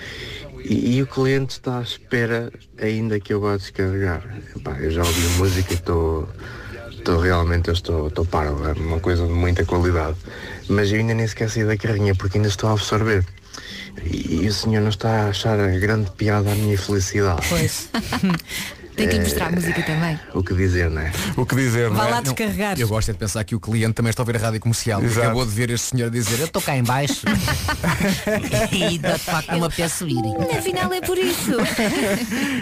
E, e o cliente está à espera ainda que eu vá descarregar. Epá, eu já ouvi a música e estou... Estou realmente, eu estou, estou parvo, é uma coisa de muita qualidade. Mas eu ainda nem sequer saí da carrinha, porque ainda estou a absorver. E, e o senhor não está a achar a grande piada a minha felicidade.
Pois.
Tem
É.
que lhe mostrar a música também.
O que dizer, não é?
O que dizer,
Vá não é? lá descarregar.
Eu gosto é de pensar que o cliente também está a ouvir a rádio comercial.
Exato.
Acabou de ver este senhor dizer, eu estou cá em
*laughs*
baixo.
E de facto não me apetece subir.
Afinal é por isso.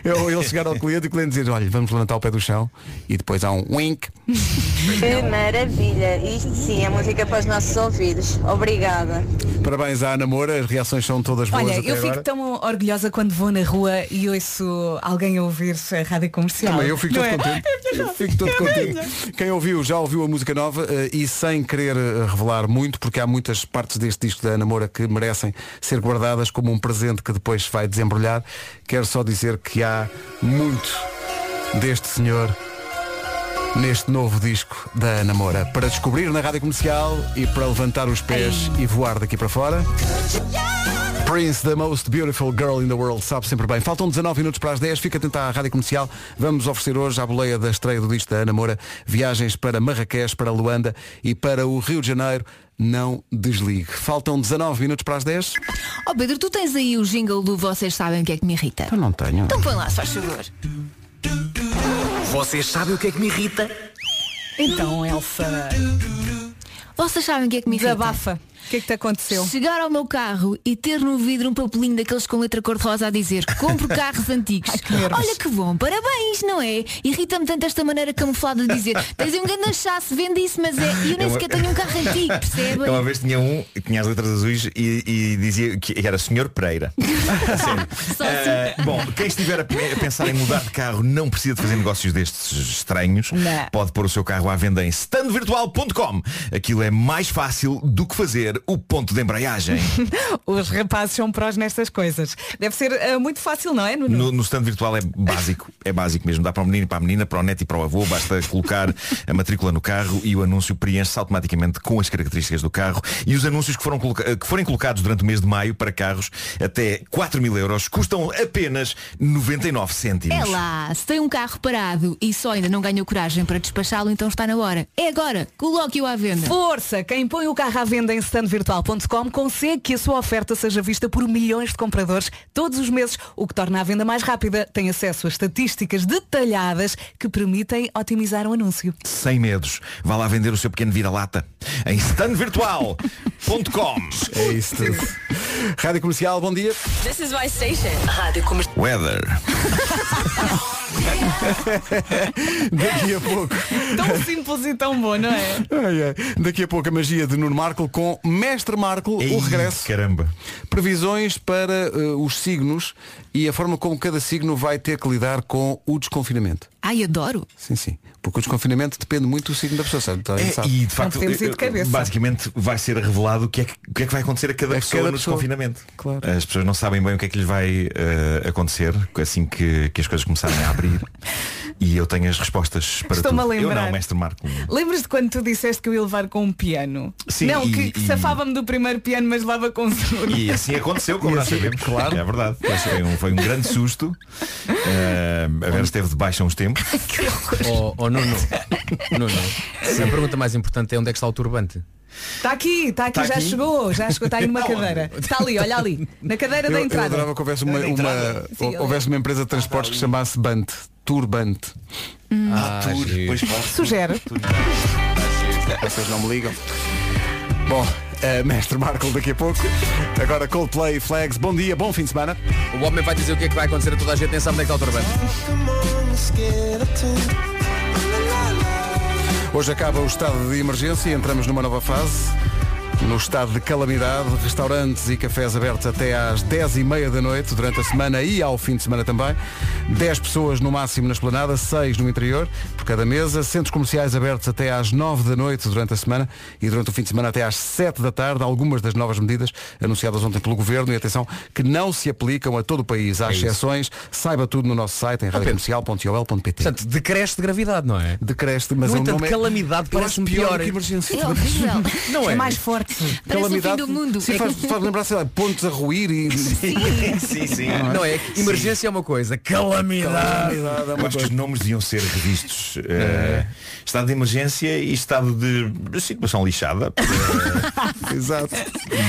Eu, ele chegar ao cliente e o cliente dizer, olha, vamos levantar o pé do chão e depois há um wink.
Que maravilha! Isto sim é música para os nossos ouvidos. Obrigada.
Parabéns à Ana Moura, as reações são todas boas
Olha,
até
eu
agora.
fico tão orgulhosa quando vou na rua e ouço alguém a ouvir a rádio comercial.
Também eu fico
Não
todo
é?
contente. Eu fico todo contente. Quem ouviu já ouviu a música nova eh, e sem querer eh, revelar muito, porque há muitas partes deste disco da Ana Moura que merecem ser guardadas como um presente que depois vai desembrulhar. Quero só dizer que há muito deste senhor neste novo disco da Ana Moura para descobrir na rádio comercial e para levantar os pés e voar daqui para fora. Prince, the most beautiful girl in the world, sabe sempre bem. Faltam 19 minutos para as 10, fica atento à rádio comercial. Vamos oferecer hoje à boleia da estreia do disco da Ana Moura viagens para Marrakech, para Luanda e para o Rio de Janeiro. Não desligue. Faltam 19 minutos para as 10.
Ó Oh, Pedro, tu tens aí o jingle do Vocês Sabem o que é que me irrita.
Eu não tenho.
Então *laughs* põe lá, se faz favor.
Vocês sabem o que é que me irrita?
Então, Elsa.
Então, Vocês sabem o que é que me irrita? Desabafa.
que é que te aconteceu?
Chegar ao meu carro e ter no vidro um papelinho daqueles com letra cor-de-rosa a dizer compro carros antigos. Olha que bom, parabéns, não é? Irrita-me tanto esta maneira camuflada de dizer tens um grande achaço, vende isso, mas é. E eu
É
nem
uma-
sequer tenho um carro
*laughs*
*laughs*
antigo,
É
percebem?
Eu uma vez tinha um, que tinha as letras azuis e, e dizia que era
*laughs*
Senhor Pereira. A sério. Eh, bom, quem estiver a, pe- a pensar em mudar de carro não precisa de fazer negócios destes estranhos.
Não.
Pode pôr o seu carro à venda em standvirtual.com. Aquilo é mais fácil do que fazer o ponto de embreagem.
*laughs* Os rapazes são prós nestas coisas. Deve ser eh, muito fácil, não é, Nuno?
No, no stand virtual é básico, é básico mesmo. Dá para o menino, e para a menina, para o neto e para o avô. Basta colocar a matrícula no carro e o anúncio preenche-se automaticamente com as características do carro. E os anúncios que, foram coloca- eh, que forem colocados durante o mês de maio para carros até 4 mil euros custam apenas 99 cêntimos.
É lá, se tem um carro parado e só ainda não ganhou coragem para despachá-lo, então está na hora. É agora, coloque-o à venda.
Força! Quem põe o carro à venda em standvirtual.com consegue que a sua oferta seja vista por milhões de compradores todos os meses, o que torna a venda mais rápida. Tem acesso a estatísticas detalhadas que permitem otimizar o anúncio.
Sem medos. Vá lá vender o seu pequeno vira-lata em standvirtual.com.
É isso. Rádio Comercial, bom dia.
This is my station. Rádio Comercial.
Weather.
*laughs* Daqui a pouco.
Tão simples e tão bom, não é?
*laughs* Ai, ai. Daqui a pouco a magia de Nuno Marco com Mestre Marco,
Ei,
o regresso.
Caramba.
Previsões para eh, os signos e a forma como cada signo vai ter que lidar com o desconfinamento.
Ai, adoro.
Sim, sim. Porque o desconfinamento depende muito do signo da pessoa, sabe? Tá-
É,
sabe?
e de facto, basicamente vai ser revelado o que é que, o que, é que vai acontecer a cada pessoa no desconfinamento.
Claro.
As pessoas não sabem bem o que é que lhes vai eh, acontecer assim que, que as coisas começarem a abrir. e eu tenho as respostas para
Estou-me a
tudo. Eu
lembrar.
não, mestre Marco.
Lembras-te quando tu disseste que eu ia levar com um piano?
Sim,
não,
e-
que, que
e-
safava-me do primeiro piano, mas levava com segundo.
E assim aconteceu, como
E
nós
assim-
sabemos. Claro. É verdade. Mas Foi um, foi um grande susto. Eh, a Vera esteve de baixo há uns tempos.
Oh, oh Nuno,
*laughs*
Nuno, a pergunta mais importante é onde é que está o turbante?
Está aqui, está aqui, Tá
Tá
já
aqui?
chegou, já chegou, está aí numa cadeira. Está ali, olha ali, na cadeira
Eu,
da
eu
entrada.
adorava que houvesse uma,
Da
uma,
entrada. Sim, ali.
houvesse uma empresa de transportes que chamasse Bante. Turbante.
Hum.
Ah, Tur, pois pode.
Sugere.
Vocês não me ligam. Bom, eh, mestre Marco daqui a pouco. Agora Coldplay Flags. Bom dia, bom fim de semana.
O homem vai dizer o que é que vai acontecer a toda a gente, nem sabe onde é que está o turbante.
Hoje acaba o estado de emergência e entramos numa nova fase. No estado de calamidade, restaurantes e cafés abertos até às 10h30 da noite, durante a semana e ao fim de semana também. 10 pessoas no máximo na esplanada, 6 no interior, por cada mesa. Centros comerciais abertos até às 9 da noite durante a semana e durante o fim de semana até às 7 da tarde. Algumas das novas medidas anunciadas ontem pelo Governo e atenção, que não se aplicam a todo o país. Há
É isso.
exceções. Saiba tudo no nosso site em radiocomercial.ol.pt.
Portanto, decresce de gravidade, não é?
Decresce, mas
no
é um
entanto,
nome é-
calamidade
Eu
parece-me
acho pior
pior.
do que emergência. *laughs*
É horrível.
Não é?
É mais forte. Parece o fim do mundo.
Sim,
É *laughs*
faz,
que-
faz lembrar, sei lá, pontos a ruir e. *laughs*
Sim. Sim,
sim.
Não é? que Emergência é uma coisa, calamidade.
Eu acho que os nomes deviam ser revistos. Eh, estado de emergência e estado de situação lixada. Eh,
Exato.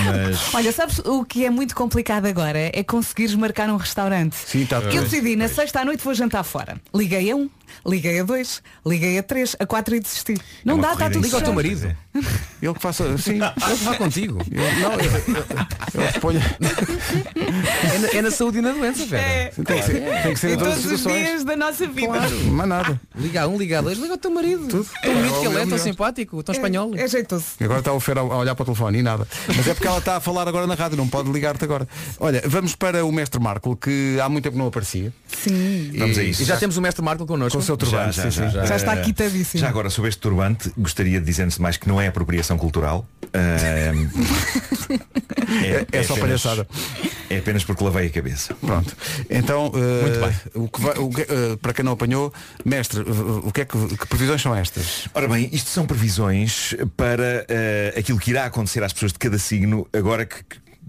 Mas
Olha, sabes o que é muito complicado agora? É conseguires marcar um restaurante.
Sim, tá
Eu decidi, na sexta à noite vou jantar fora. Liguei a um, liguei a dois, liguei a três, a quatro e
É
desisti. Não
tá
dá, está tudo
Liga ao teu
fechado.
marido.
Ele que faça. Sim,
ele que vá contigo.
Eu, não, eu, eu, eu ponho-
É na, é na saúde e na doença, velho.
É.
Tem que ser, tem que ser em todas as situações.
da nossa vida.
Mas nada.
Liga a um, liga a dois, liga ao teu marido. Tão bonito que ele é, tão simpático, tão espanhol.
É jeitoso.
E Agora está o Fer a a olhar para o telefone e nada. Mas é porque ela está a falar agora na rádio, não pode ligar-te agora. Olha, vamos para o mestre Marco, que há muito tempo não aparecia.
Sim.
Vamos a isso.
E já temos o mestre Marco connosco.
Com o seu turbante, sim, sim. Já
É.
está quitadíssimo.
Já agora, sobre este turbante, gostaria de dizer antes de mais que não é apropriação cultural.
*laughs*
Ahm,
É- é só palhaçada.
É apenas porque lavei a cabeça.
Pronto. Então,
Muito
eh,
bem.
o que vai- o que- eh, para quem não apanhou, mestre, eh, o que é que, que previsões são estas?
Ora bem, isto são previsões para eh, aquilo que irá acontecer às pessoas de cada signo agora que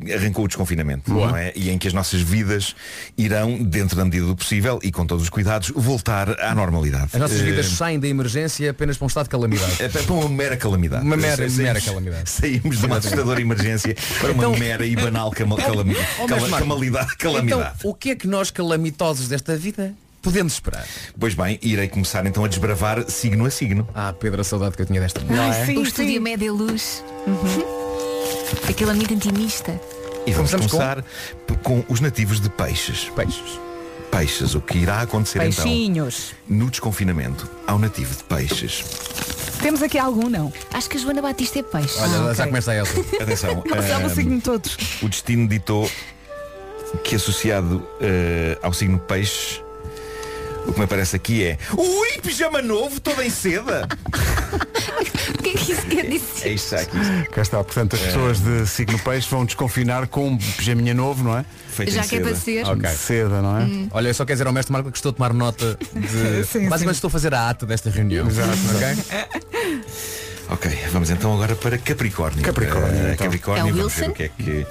que arrancou o desconfinamento
Boa.
não é? e em que as nossas vidas irão, dentro da medida do possível e com todos os cuidados, voltar à normalidade.
As
É.
nossas
Eh,
vidas saem da emergência apenas para um estado de calamidade.
É para uma mera calamidade.
Uma mera-
Saímos-
mera calamidade.
Saímos de uma assustadora emergência para uma mera e banal cama- calami-
Então, Oh,
cala-
mas, Marco,
camalidade- calamidade.
Então, o que é que nós calamitosos desta vida podemos esperar?
Pois bem, irei começar então a desbravar signo a signo. é?
Ah, Pedro, a saudade que eu tinha desta.
Ai, sim, o estúdio média luz. Uhum. Aquele ambiente intimista.
E vamos
Começamos
começar p- com... os nativos de peixes. Peixes. Peixes, o que irá acontecer
Peixinhos.
então no desconfinamento ao nativo de peixes.
Temos aqui algum, não? Ah,
Acho que a Joana Batista é peixe.
começa a um, eh, Elsa.
*laughs*
*laughs*
Atenção.
um
Marcelo,
ahm,
signo todos.
o destino ditou que associado eh, ao signo peixe, o que me aparece aqui é Ui, pijama novo, toda em seda.
O que é que isso quer dizer?
É isto aqui.
Cá está, portanto as
É.
pessoas de signo peixe vão desconfinar com um pijaminha novo, não é?
Feito Já em que é seda. para ser. Ok.
Seda, não é?
Hum. Olha, eu só quero dizer ao mestre Marco que estou a tomar nota de.
Sim,
Basicamente
sim.
estou a fazer a ata desta reunião.
Exato.
ok?
Ok, vamos então agora para Capricórnio.
Capricórnio,
Eh,
então.
Capricórnio,
É o
vamos ver
Wilson?
o que é que.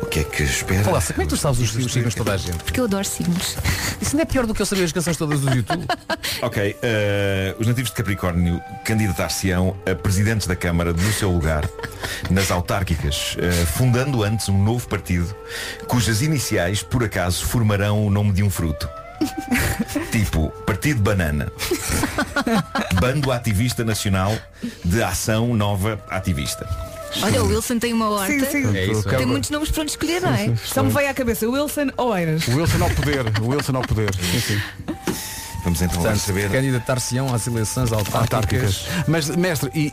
O que é que espera?
Olá, como é que tu sabes os os signos de toda a gente?
Porque eu adoro signos.
Isso não é pior do que eu saber as canções todas do YouTube.
Ok, eh, os nativos de Capricórnio candidatar-se-ão a presidentes da Câmara do seu lugar nas autárquicas, eh, fundando antes um novo partido cujas iniciais, por acaso, formarão o nome de
*laughs*
um fruto. tipo, Partido Banana. Bando Ativista Nacional de Ação Nova Ativista.
Olha, o Wilson tem uma horta.
Sim, sim.
É isso,
tem
é.
muitos nomes para onde escolher, não é?
Só me veio à cabeça Wilson Oeiras.
O Wilson ao poder, o Wilson ao poder. Sim, sim.
Vamos então
Portanto, saber. Candidatar-se-ão às eleições autárquicas.
Mas, mestre, e,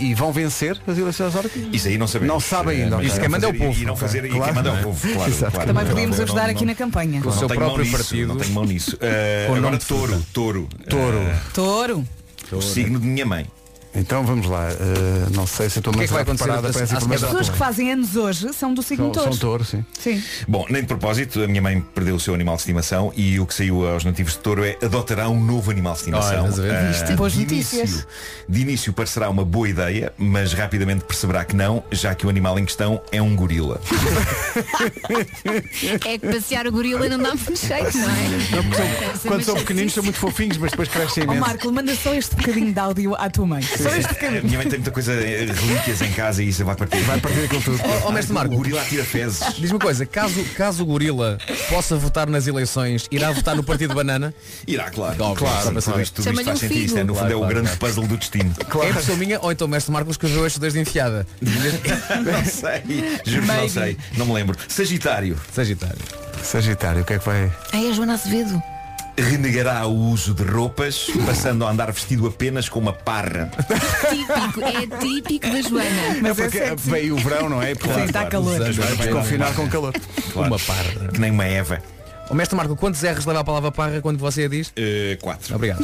e- e vão vencer as eleições autárquicas?
Isso aí não sabemos.
Não sabem
Eh,
ainda.
mas
é ok.
não fazer- E não fazer, e quem manda é o povo,
*laughs*
claro.
Exato.
claro.
Também
Não,
podíamos
não,
ajudar
não,
aqui na campanha.
não tenho mão nisso, Não tenho mão nisso. Eh,
Com o nome
agora
de
touro, touro. Touro.
Touro.
o signo de minha mãe.
Então vamos lá. eh, não sei se a tua
O que
mãe
é que vai
está
acontecer
preparada
às-
para essa
às
As
informação.
pessoas que fazem anos hoje são do signo
São- são
touro.
touro, sim.
Sim.
Bom, nem de propósito, a minha mãe perdeu o seu animal de estimação e o que saiu aos nativos de touro é adotará um novo animal de
Olha,
estimação.
estás a ver?
Ah,
Viste? Boas
de
notícias.
início, de início parecerá uma boa ideia, mas rapidamente perceberá que não, já que o animal em questão é
*laughs*
um gorila.
É que passear o gorila não dá muito jeito, não
*laughs*
é?
Não, porque são-
Parece uma
quando são
é
chatice.
pequeninos são muito fofinhos, mas depois
Oh,
crescem
Ó
imenso.
Marco, manda só este bocadinho de áudio à tua mãe. Só este
A
bocadinho.
minha mãe tem muita coisa, eh, relíquias em casa e isso vai partir. Vai
partir aquilo tudo.
Ó, ó, mestre Marco.
O gorila atira fezes.
Diz-me uma coisa, caso, caso o gorila possa votar nas eleições, irá votar no Partido Banana?
Irá, claro.
Óbvio, só para saber.
Isto, tudo isto
um
faz sentido. Isto é, no fundo
Claro,
é o
claro,
grande
claro.
puzzle do destino.
É pessoa minha ou então o mestre Marcos que eu estes dois de
*laughs*
enfiada.
não sei. Juro que não
Maybe.
sei. Não me lembro. Sagitário.
Sagitário.
Sagitário, o que é que vai.
Ai, a Joana Azevedo.
Renegará o uso de roupas, passando a andar vestido apenas com uma parra.
Típico, é típico da Joana.
é porque veio o verão, não é?
tá
Portanto, Vamos desconfinar com calor.
é? Uma parra.
Que nem uma Eva.
O mestre Marco, quantos R's leva a palavra parra quando você a diz?
Eh, quatro.
Obrigado.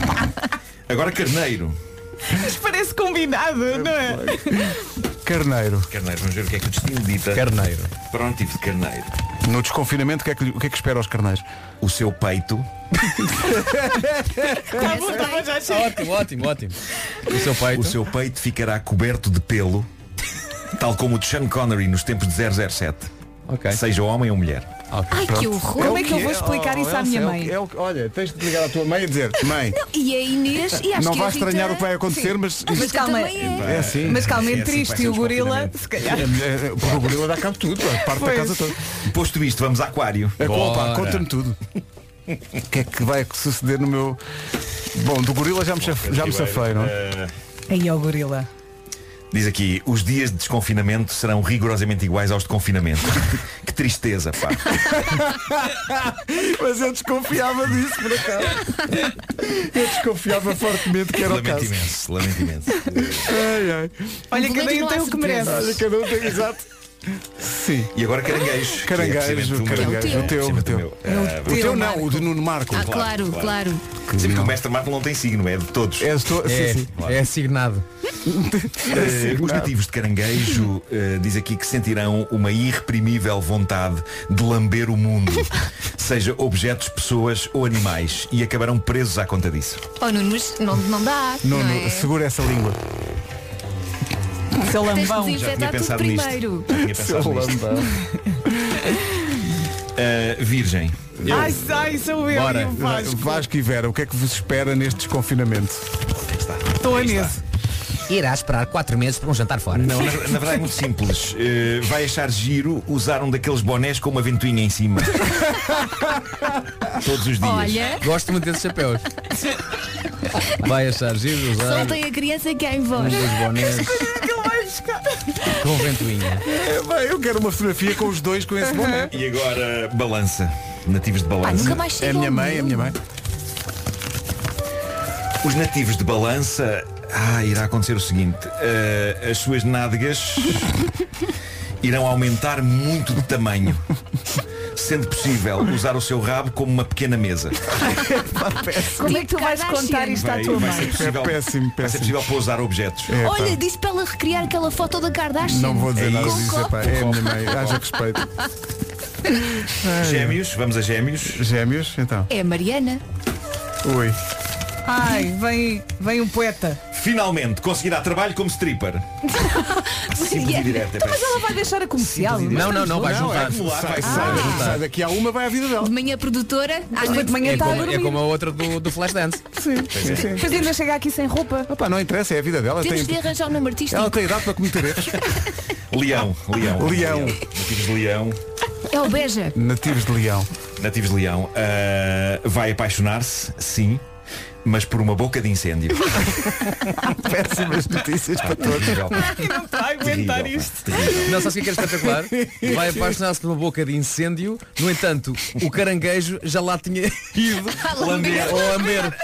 *laughs* Agora carneiro.
Mas parece combinado, não é?
é Carneiro.
Carneiro, vamos ver o que é que o destino dita.
Carneiro.
Para um tipo de carneiro.
No desconfinamento, o que é que, o que, é que espera aos carneiros?
O seu peito.
Tá bom, tá bom, já chega.
Ótimo, ótimo, ótimo. O seu peito.
O seu peito ficará coberto de pelo, tal como o de Sean Connery nos tempos de 007. Seja homem ou mulher.
Ai, que horror.
Como é que eu vou explicar
Oh,
isso à minha mãe?
é olha, tens de ligar à tua mãe e dizer, mãe,
E a Inês e acho
não
que a
vais
Rita-
estranhar o que vai acontecer,
Sim.
mas.
Mas calma, é.
É assim.
Mas calma,
É assim,
é triste
vai ser
e o
um
gorila,
desconfinamento.
se calhar.
*laughs* É, é, porque o gorila dá cabo de tudo, pá, parte da
Pois.
casa toda.
Posto isto, vamos a aquário.
É qual, pá,
Bora.
conta-me tudo. O que é que vai suceder no meu. Bom, do gorila já me, chaf- já me safei, não é?
Eh,
Aí ó gorila.
Diz aqui, os dias de desconfinamento serão rigorosamente iguais aos
*laughs*
de confinamento. que tristeza, pá.
*laughs* Mas eu desconfiava disso, por acaso. Eu desconfiava fortemente que era o
lamento
caso.
imenso, lamento imenso.
Ai, ai.
Olha, cada um tem o que merece.
Olha, cada um tem, exato. Sim.
E agora caranguejo.
Caranguejo,
que é precisamente
caranguejo.
o
O teu,
meu.
o teu.
É o teu.
O teu não, o do Nuno Marco.
Ah, claro, claro.
Sim, porque o mestre Marco não tem signo, é de todos.
É, estou,
É,
sim, sim.
é assignado.
Eh, os nativos de caranguejo eh, diz aqui que sentirão uma irreprimível vontade de lamber
*laughs*
o mundo, seja objetos, pessoas ou animais, e acabarão presos à conta disso.
Oh, Nuno, mas não, não dá.
Nuno,
não é?
segura essa língua.
Seu
Tens de
lambão.
Já
desinfetar tudo
tinha pensado nisto.
primeiro.
Já tinha pensado nisto. *laughs* Eh, virgem.
Ai, sai, sou eu e
Bora,
o Vasco.
Vasco e Vera, o que é que vos espera neste desconfinamento?
ah,
Estou a nesse.
Então é Irá esperar quatro meses para um jantar fora.
Não, na, na verdade é muito simples. Eh, vai achar giro usar um daqueles bonés com uma ventoinha em cima. *laughs* Todos os dias.
Olha,
*laughs*
Gosto muito desses chapéus. Vai achar giro usar
Soltem a criança que há em
uns
vós.
dois
*laughs*
bonés com ventoinha.
É, bem, eu quero uma fotografia com os dois com esse boné.
E agora, balança. Nativos de balança.
Ai, nunca mais chega
É a minha
ao
mãe, é a minha mãe.
Os nativos de balança. Ah, irá acontecer o seguinte. eh, as suas
*laughs*
nádegas irão aumentar muito de tamanho. Sendo possível usar o seu rabo como uma pequena mesa.
Como é que tu vais contar isto à tua
ser
mãe?
possível,
É péssimo,
Vai ser possível pousar objetos.
Olha, disse para ela recriar aquela foto da Kardashian.
É, Não vou dizer
É
nada
isso.
disso, epá, é a minha mãe. Haja respeito.
Gêmeos, vamos a gêmeos.
Gêmeos, então.
É a Mariana.
Ui.
Ai, vem, vem um poeta.
Finalmente conseguirá trabalho como stripper. Simples e direto, é
Então,
pá.
mas ela vai deixar a comercial.
Não, não, não, vai
Não, é
juntar.
acumular,
Sai,
vai juntar.
sai, vai
Sai
juntar.
daqui é a uma, vai à vida dela.
De manhã produtora, às noite de
manhã
É
está a
como, é
dormir.
como a outra do, do Flashdance.
Sim,
é.
sim. Depois ainda chega aqui sem roupa.
Epá, não interessa, é a vida dela.
Temos
Tem-
de arranjar um nome artístico.
Ela tem idade para cometer erros.
Leão, leão.
Leão.
Nativos de leão.
É
*laughs*
o Beja.
Nativos de leão.
Nativos de leão. Ah, vai apaixonar-se, sim, mas por uma boca de
*laughs*
incêndio.
É
Tá,
Péssimas notícias para todos.
Terrível.
Não está a aguentar
Terrível,
isto.
pá. Terrível.
Não, sabes o que é que é espetacular?
*laughs*
Vai apaixonar-se por uma boca de incêndio, no entanto, o caranguejo já lá tinha *laughs* ido
Lamber.
ou lamber.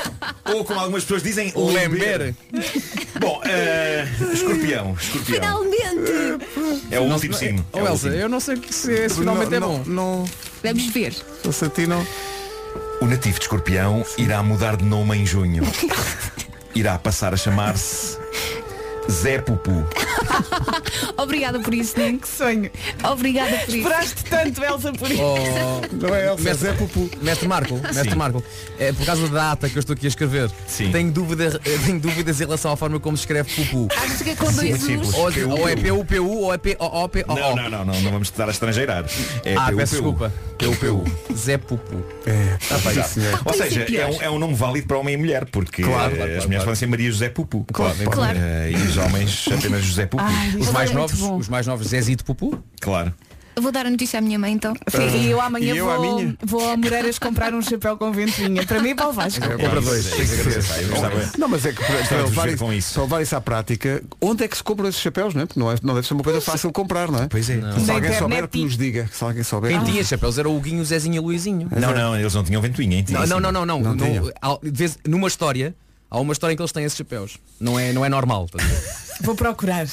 Ou como algumas pessoas dizem, lamber.
Lamber.
Bom, ah, escorpião, escorpião.
Finalmente!
É o último signo.
Ou
É o
Oh, Elsa,
último.
eu não sei que se esse finalmente é
não,
bom.
Não,
Vamos ver. *laughs*
não, se a ti não.
O nativo de escorpião irá mudar de nome em junho. Irá passar a chamar-se Zé Pupu.
Obrigada por isso, Nick.
Que sonho.
Obrigada por isso.
Esperaste tanto, Elsa, por isso.
Oh,
Não é Elsa,
Mestre-
Zé Pupu.
Mestre Marco, mestre
Sim.
Marco, é, por causa da data que eu estou aqui a escrever,
Sim.
tenho, dúvida, eh, tenho dúvidas em relação à forma como se escreve pupu.
Acho que é com dois
Sim,
U's.
sim.
Ou, ou é PUPU ou é POOPO.
Não, não, não, não, não vamos estar a estrangeirar. É
Ah,
PUPU.
peço desculpa. *laughs*
PUPU.
Zé Pupu. Ah,
Já.
senhor.
É. Ou
Podia
seja,
ser pior.
é um, é um nome válido para homem e mulher, porque
Claro,
eh,
claro,
as
claro,
mulheres
claro.
podem ser Maria José Pupu.
Claro,
Claro.
Eh, e os homens apenas José Pupu.
Os mais
Olha, é muito
novos,
bom.
os mais novos, Zezito Pupu.
Claro.
Eu Vou dar a notícia à minha mãe então.
E eu amanhã
E eu à
vou,
minha?
vou a Moreiras comprar um chapéu com ventoinha. Para mim e para o Vasco.
Compra dois.
É isso, é isso, é isso. Eu gostava-
Não, mas é que para, para
de
levar
ver
isso-
com isso.
para levar isso à prática, onde é que se compram esses chapéus, não é? Porque não, é, não deve ser uma coisa fácil comprar, não é?
Pois é.
Se
Na
alguém
internet.
souber que nos diga. Se alguém souber.
Quem
que *laughs*
Ah.
tinha chapéus era o Guinho, o Zezinho e o Luizinho.
Não, não, eles não tinham ventoinha, hein?
é- Não,
Tinha
não,
assim.
não, não, não.
Não
Não-
tinham.
há- de vez- numa história, há uma história em que eles têm esses chapéus. Não é, não é normal. tá a ver?
*laughs*
Vou procurar.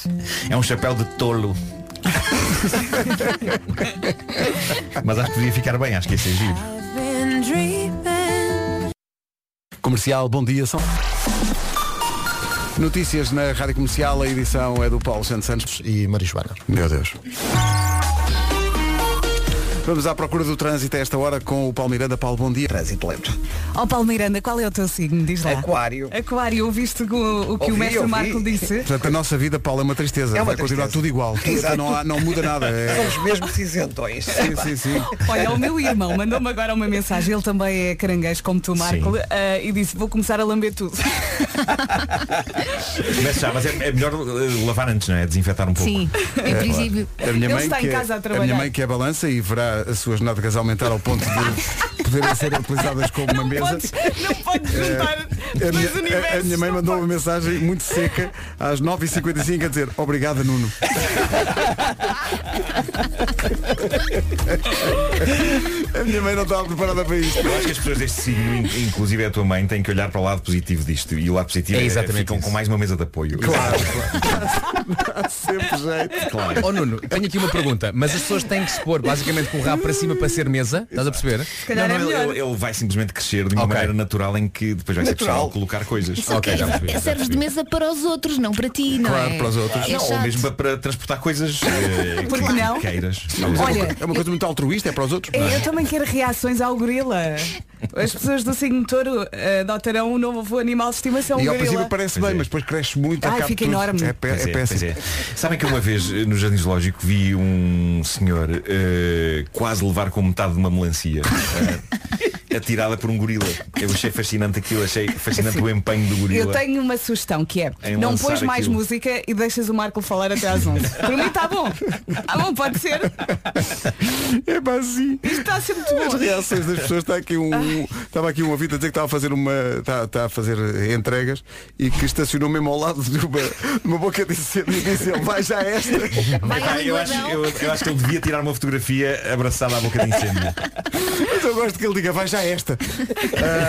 É um chapéu de tolo. Mas acho que podia ficar bem, acho que ia ser giro.
Comercial, bom dia. São... Notícias na Rádio Comercial, a edição é do Paulo Santos Santos.
E Marijuana.
Meu Deus. Vamos à procura do trânsito a esta hora com o Paulo Miranda. Paulo, bom dia.
Trânsito lento.
Ó Paulo Miranda, qual é o teu signo? Diz lá.
Aquário.
Aquário, ouviste o, o que o
Ouvi,
mestre
ouvi.
Marco disse?
Portanto, a nossa vida, Paulo, é uma tristeza.
É uma
Vai continuar
tristeza.
tudo igual.
Exato.
Não, há- não muda nada. É-
Somos mesmo cinzentões.
Sim, sim, sim.
Olha, o meu irmão mandou-me agora uma mensagem, ele também é caranguejo como tu, Marco,
Sim.
eh, e disse, vou começar a lamber tudo.
Mas, já, mas é, é melhor eh, lavar antes, não é? Desinfetar um pouco.
Sim, em princípio.
É, A minha,
Ele
mãe
está em
que
casa a
é,
trabalhar.
minha mãe que é balança e verá as suas nádegas aumentar ao ponto de poderem ser utilizadas como uma mesa.
Podes- não podes juntar
A minha, a-
dois
a
universos.
minha mãe
não
mandou uma
podes.
mensagem muito seca às 9h55 a dizer obrigada
*laughs*
Nuno. a minha mãe não estava preparada para isto.
Eu acho que as pessoas deste signo, in- inclusive a tua mãe, têm que olhar para o lado positivo disto. E o lado positivo
É
é,
exatamente
ficam
isso.
com mais uma mesa de apoio.
Há sempre jeito.
claro.
Ó Oh, Nuno, tenho aqui uma pergunta, mas as pessoas têm que se pôr basicamente com o rabo para cima para ser mesa, estás a perceber?
Se calhar
Não,
é
não,
melhor.
ele, ele vai simplesmente crescer de uma
Ok.
maneira natural em que depois vai
Natural.
ser possível colocar coisas.
é
Só que serves de mesa para os outros, não para ti, não
Claro,
é?
para os outros.
É
Não, ou
chato.
mesmo para, para transportar coisas eh,
Por que
que
não?
queiras.
Olha,
É uma coisa muito altruísta, é para os outros.
eu, eu também quero reações ao gorila. As pessoas do signo touro eh, adotarão um novo animal de estimação, um
E ao
gorila.
princípio parece
Pois
bem,
é.
mas depois cresce muito.
Ai,
acaba
fica
tudo.
enorme.
É, pé- é
Pois é,
péssimo.
pois é. Sabem que eu uma vez eh, no Jardim Zoológico vi um senhor eh, quase levar com metade de uma melancia. Eh, atirada por um gorila. Eu achei fascinante aquilo, achei fascinante
Sim.
o empenho do
Eu
gorila.
tenho uma sugestão que é
Em
não
lançar
pões mais
aquilo.
música e deixas o Marco falar até às 11. Para mim está bom. Está Ah, bom, pode ser.
É base.
Isto está a ser muito
As
bom.
reações das pessoas está aqui um. Estava aqui um ouvido a dizer que estava a fazer uma. Está, está a fazer eh, entregas e que estacionou mesmo ao lado de uma, de uma boca de cedo e disse ele, vai já esta.
Epá, eu, acho, eu, eu acho que ele devia tirar uma fotografia abraçada à boca de incêndio.
Mas eu gosto que ele diga, vai já é esta.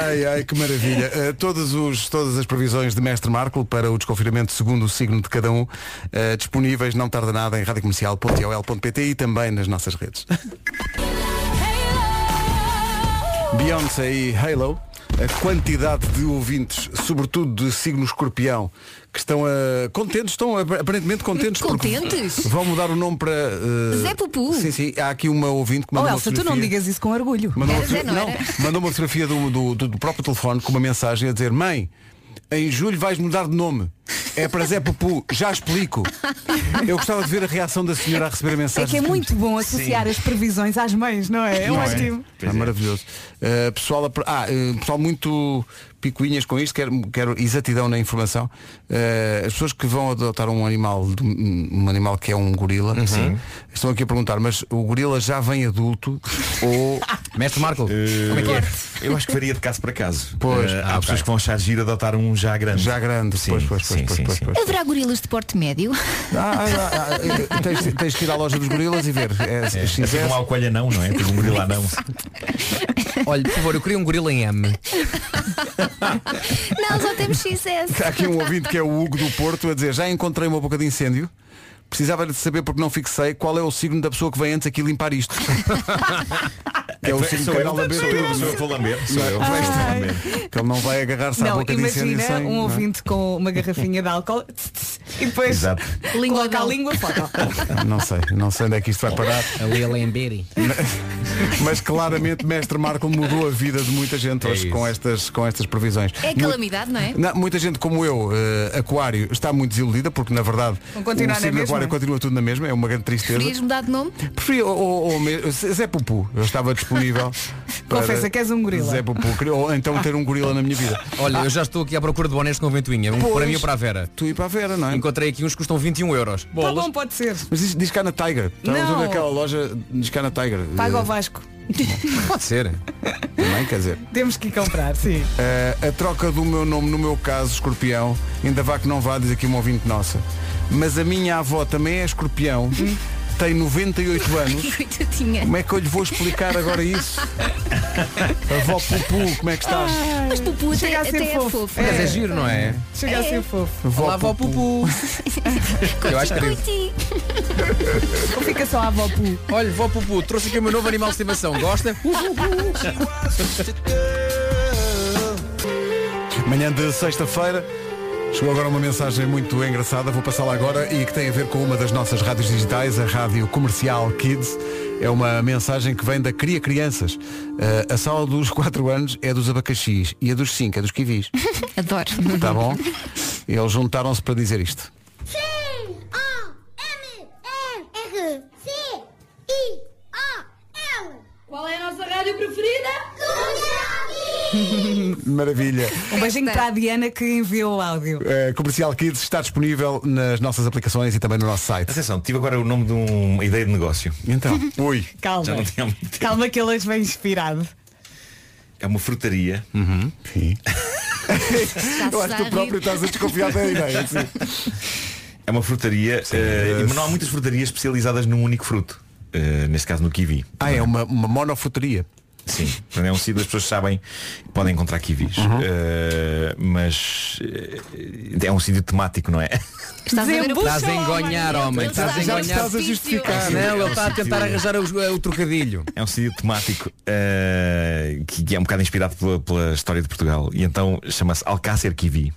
Ai, ai, que maravilha. Eh, todos os, todas as previsões de Mestre Marco para o desconfinamento segundo o signo de cada um, eh, disponíveis, não tarda nada, em radiocomercial.ol.pt e também nas nossas redes. Beyoncé e Halo, a quantidade de ouvintes, sobretudo de signo escorpião, que estão a, contentes, estão ap- aparentemente contentes. porque
Contentes?
Vão mudar o nome para... eh,
Zé Pupu.
Sim, sim. Há aqui uma ouvinte que
Oh
mandou uma
Elsa, tu não
fotografia.
digas isso com orgulho.
Mandou, uma, fotogra- não, mandou uma fotografia do, do- do- do próprio telefone com uma mensagem a dizer Mãe, em julho vais mudar de nome. É para Zé Pupu, já explico. Eu gostava de ver a reação da senhora a receber a
É
mensagem.
que é muito bom associar as previsões às mães, não é? É
Não
ótimo.
É maravilhoso. Uh, pessoal, a- ah, uh, pessoal muito picuinhas com isto, quero, quero exatidão na informação. Uh, as pessoas que vão adotar um animal, de- um animal que é um gorila,
Sim.
estão aqui a perguntar, mas o gorila já vem adulto ou.
Mestre Marco,
como é que é?
Eu acho que faria de caso para caso.
Pois.
Eh, há
Ah, ok.
pessoas que vão achar giro adotar um já grande.
Já grande, sim, pois, pois, pois, pois, pois, pois.
Haverá gorilas de porte médio?
Ah, ah, ah, tens, tens que ir à loja dos gorilas e ver. É,
É, é
XS.
tipo um alcoolha não, não é? Tipo um gorila não.
*laughs* Olha, por favor, eu queria um gorila
é
em M.
*laughs* Não, só temos XS.
Há aqui um ouvinte que é o Hugo do Porto a dizer já encontrei uma boca de incêndio. Precisava de saber porque não fixei qual é o signo da pessoa que vem antes aqui limpar
*laughs*
isto. que é o signo
sou
que
eu,
ela
sou
lamber
eu,
tudo.
sou eu que vou lamber, sou
Não é?
eu.
Vais tu
Ai.
lamber. Que ele não vai agarrar-se à
Não,
boca de incêndio
imagina
sem.
um
não é?
ouvinte com uma garrafinha de álcool tss, tss, e depois
Exato.
coloca a língua fora.
Não sei, não sei onde é que isto vai parar.
Ali a Lemberi.
*laughs* Mas claramente Mestre Marco mudou a vida de muita
É
gente hoje com, estas, com estas previsões.
É
Mu-
calamidade, não é?
Não, muita gente como eu, eh, Aquário, está muito desiludida porque na verdade
Vão continuar
o
na
signo
mesma?
Aquário continua tudo na mesma, é uma grande tristeza.
Preferias mudar de nome?
Preferi ou, ou, ou me- Zé Pupu, eu estava
*laughs*
disponível. para
Confessa que és um gorila.
Zé Pupu, queria- ou então ter um gorila na minha vida.
*laughs* Olha, eu já estou aqui à procura de bonés com ventoinha. Um
Pois.
para mim ou para a Vera.
Tu e para a Vera, não é?
Encontrei aqui uns que custam 21 euros.
Tá bom, pode ser.
Mas diz, diz cá na Tiger.
tá?
Estávamos a
Ah, Não.
ver aquela loja diz cá na Tiger.
Paga
Eh,
ao Vasco. Um
Eh, Pode ser.
Também quer dizer.
Temos que ir comprar, sim.
Uh, a troca do meu nome, no meu caso, escorpião, ainda vá que não vá, diz aqui uma ouvinte nossa. Mas a minha avó também é escorpião,
Uhum.
tem 98
*laughs*
anos.
Coitadinha.
Como é que eu lhe vou explicar agora isso? Avó Pupu, como é que estás?
Mas Pupu até,
Ah, Chega a ser
até é
fofo.
fofo.
Mas é giro, não é?
Chega a ser fofo.
Vó
Olá, vó Pupu. *laughs* Eu acho que
Ou fica só a avó Pu.
Olha, vó Pupu, trouxe aqui o meu novo animal de estimação. Gosta?
Manhã de sexta-feira. Chegou agora uma mensagem muito engraçada, vou passá-la agora e que tem a ver com uma das nossas rádios digitais, a Rádio Comercial Kids. É uma mensagem que vem da Cria Crianças. Eh, a sala dos 4 anos é dos abacaxis e a dos 5 é dos kiwis.
*laughs* Adoro.
Tá bom? Eles juntaram-se para dizer isto.
C-A-M-R-C-I-A-L. Qual é a nossa rádio preferida?
Maravilha.
Um beijinho para a Diana que enviou o áudio.
Eh, Comercial Kids está disponível nas nossas aplicações e também no nosso site.
Atenção, tive agora o nome de um- uma ideia de negócio.
Então, ui.
Já
Calma.
não tinha há muito tempo.
Calma que ele hoje vem inspirado.
É uma frutaria.
Uhum. Eu acho que tu próprio estás a desconfiar da ideia. sim.
É uma frutaria. eh, e- mas não há muitas frutarias especializadas num único fruto. Eh, neste caso no kiwi.
Ah, é uma, uma monofuteria.
Sim, portanto, é um sítio as pessoas sabem que podem encontrar kiwis.
Uhum.
Eh, mas eh, é um sítio temático, não é?
Estás a ver o
Estás a engonhar, homem. Estás a
Já te
engonhar.
estás a justificar.
Não, ele está a tentar arranjar o, o trocadilho.
É um sítio temático eh, que que é um bocado inspirado pela, pela história de Portugal. E então chama-se Alcácer Kiwi.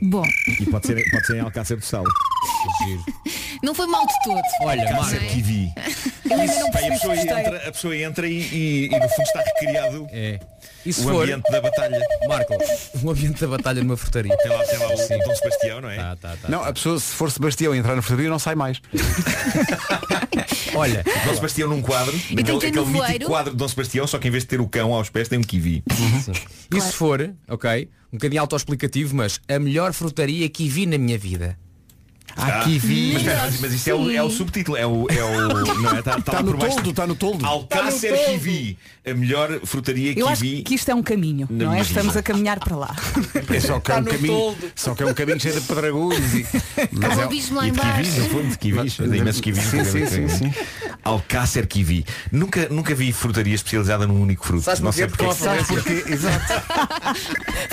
Bom,
E pode ser, pode ser em Alcácer do Sal.
Não foi mal de todo.
Olha,
Não
Casa
é?
TV.
Eu ainda não
Pá, e a, pessoa
percebi que gostei.
entra, a pessoa entra e, e- e no fundo está recriado
É. se
o
for-
ambiente da batalha.
Marco, um ambiente da batalha numa frutaria.
Tem lá, tem lá o Dom Sebastião, não é?
Tá,
Não, a pessoa, se for Sebastião e entrar na frutaria, não sai mais.
Olha,
Dom Sebastião num quadro,
E
naquele,
tem
aquele
que ir no
mítico
voeiro.
quadro de Dom Sebastião, só que em vez de ter o cão aos pés tem um kiwi.
E se for, ok, um bocadinho autoexplicativo, mas a melhor frutaria que vi na minha vida.
Ah, Mas, espera, mas, mas isso é o, é o subtítulo, é o. É o não é? Tá, tá
Está
lá
no
por baixo.
toldo, está no toldo.
Alcácer
Tá no toldo.
Kiwi, a melhor frutaria
Eu acho
Kiwi.
que isto é um caminho,
Na
não é?
minha
Estamos
vida.
a caminhar para lá.
É só que é
Tá
Está
um
no
caminho.
toldo.
Só que é um caminho cheio de pedregulhos
*laughs*
e.
Há um
é-
abismo lá embaixo. fundo de kiwis, de imensos kiwis.
Sim, sim, sim, sim.
Alcácer Kiwi. Nunca, nunca vi frutaria especializada num único fruto.
Sabes
não sei
porquê? Porque
porquê.
é não há
Porque, exato.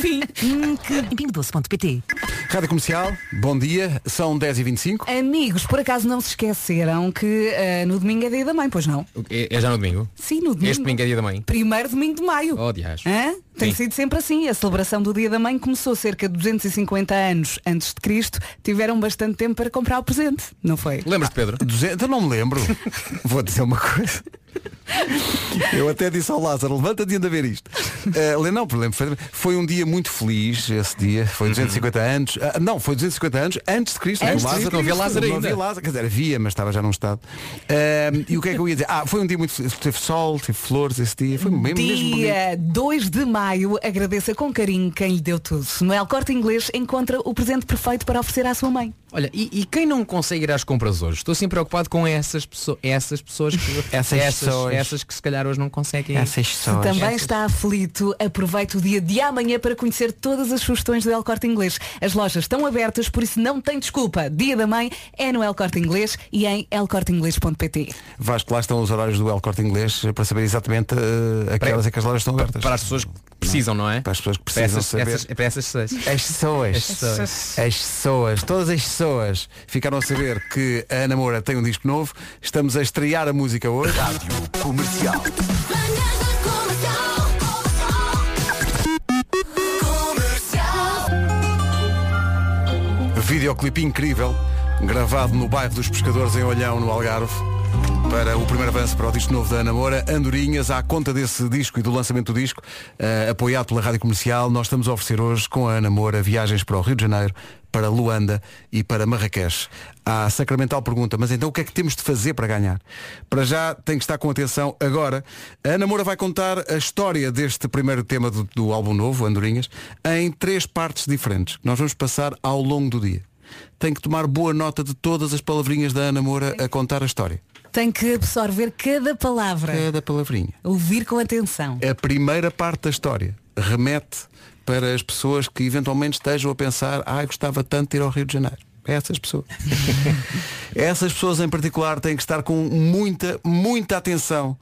Fim. Hum, que- Pingo12.pt.
Rádio Comercial, bom dia, são 10h25.
Amigos, por acaso não se esqueceram que ah, no domingo é dia da mãe, pois não?
É, é já no domingo?
Sim, no domingo.
Este domingo é dia da mãe.
Primeiro domingo de maio.
Oh, dias.
Hã? Tem
Sim.
sido sempre assim. A celebração do Dia da Mãe começou cerca de 250 anos antes de Cristo. Tiveram bastante tempo para comprar o presente, não foi?
Lembras-te, Pedro?
Eu Ah, então não me
*laughs*
lembro. Vou dizer uma coisa. Eu até disse ao Lázaro, levanta-te e anda ver isto. Eh, le- não, problema. Foi, foi um dia muito feliz esse dia. Foi 250 anos. Ah, não, foi 250 anos antes de Cristo.
Uhum. Antes
porque o
de Cristo. Não havia Lázaro
Não havia
ainda.
Lázaro. Quer dizer, havia, mas estava já num estado. Ahm, e o que é que eu ia dizer? Ah, foi um dia muito feliz. Teve sol, teve flores esse dia. Foi mesmo, É mesmo bonito.
Dia 2 de maio, agradeça com carinho quem lhe deu tudo. Noel Corte Inglês encontra o presente perfeito para oferecer à sua mãe.
Olha, e, e quem não consegue ir às compras hoje? Estou sempre preocupado com essas, pesso *laughs* essas pessoas que
Essas pessoas.
essas que se calhar hoje não conseguem. ir.
Essas
Se
Oh,
também está aflito, aproveite o dia de amanhã para conhecer todas as sugestões do El Corte Inglês. As lojas estão abertas, por isso não tem desculpa. Dia da Mãe é no El Corte Inglês e em elcorteinglês.pt.
Vasco, lá estão os horários do El Corte Inglês eh, para saber exatamente eh, a que horas é que as lojas estão abertas.
Para as pessoas que precisam, não é? Para
as pessoas que precisam
essas,
saber.
Essas, é para essas seis.
As pessoas,
As pessoas.
as pessoas, todas as pessoas ficaram a saber que a Ana Moura tem um disco novo. Estamos a estrear a música hoje. Rádio Comercial. Videoclipe incrível, gravado no bairro dos Pescadores em Olhão, no Algarve. Para o primeiro avanço para o disco novo da Ana Moura, Andorinhas, à conta desse disco e do lançamento do disco, eh, apoiado pela Rádio Comercial, nós estamos a oferecer hoje com a Ana Moura viagens para o Rio de Janeiro, para Luanda e para Marrakech. A sacramental pergunta, mas então o que é que temos de fazer para ganhar? Para já tem que estar com atenção agora. A Ana Moura vai contar a história deste primeiro tema do, do álbum novo, Andorinhas, em três partes diferentes, que nós vamos passar ao longo do dia. Tem que tomar boa nota de todas as palavrinhas da Ana Moura a contar a história.
Tem que absorver cada palavra,
Cada palavrinha.
ouvir com atenção.
A primeira parte da história remete para as pessoas que eventualmente estejam a pensar, ah, gostava tanto de ir ao Rio de Janeiro. É Essas pessoas. Essas pessoas em particular têm que estar com muita, muita atenção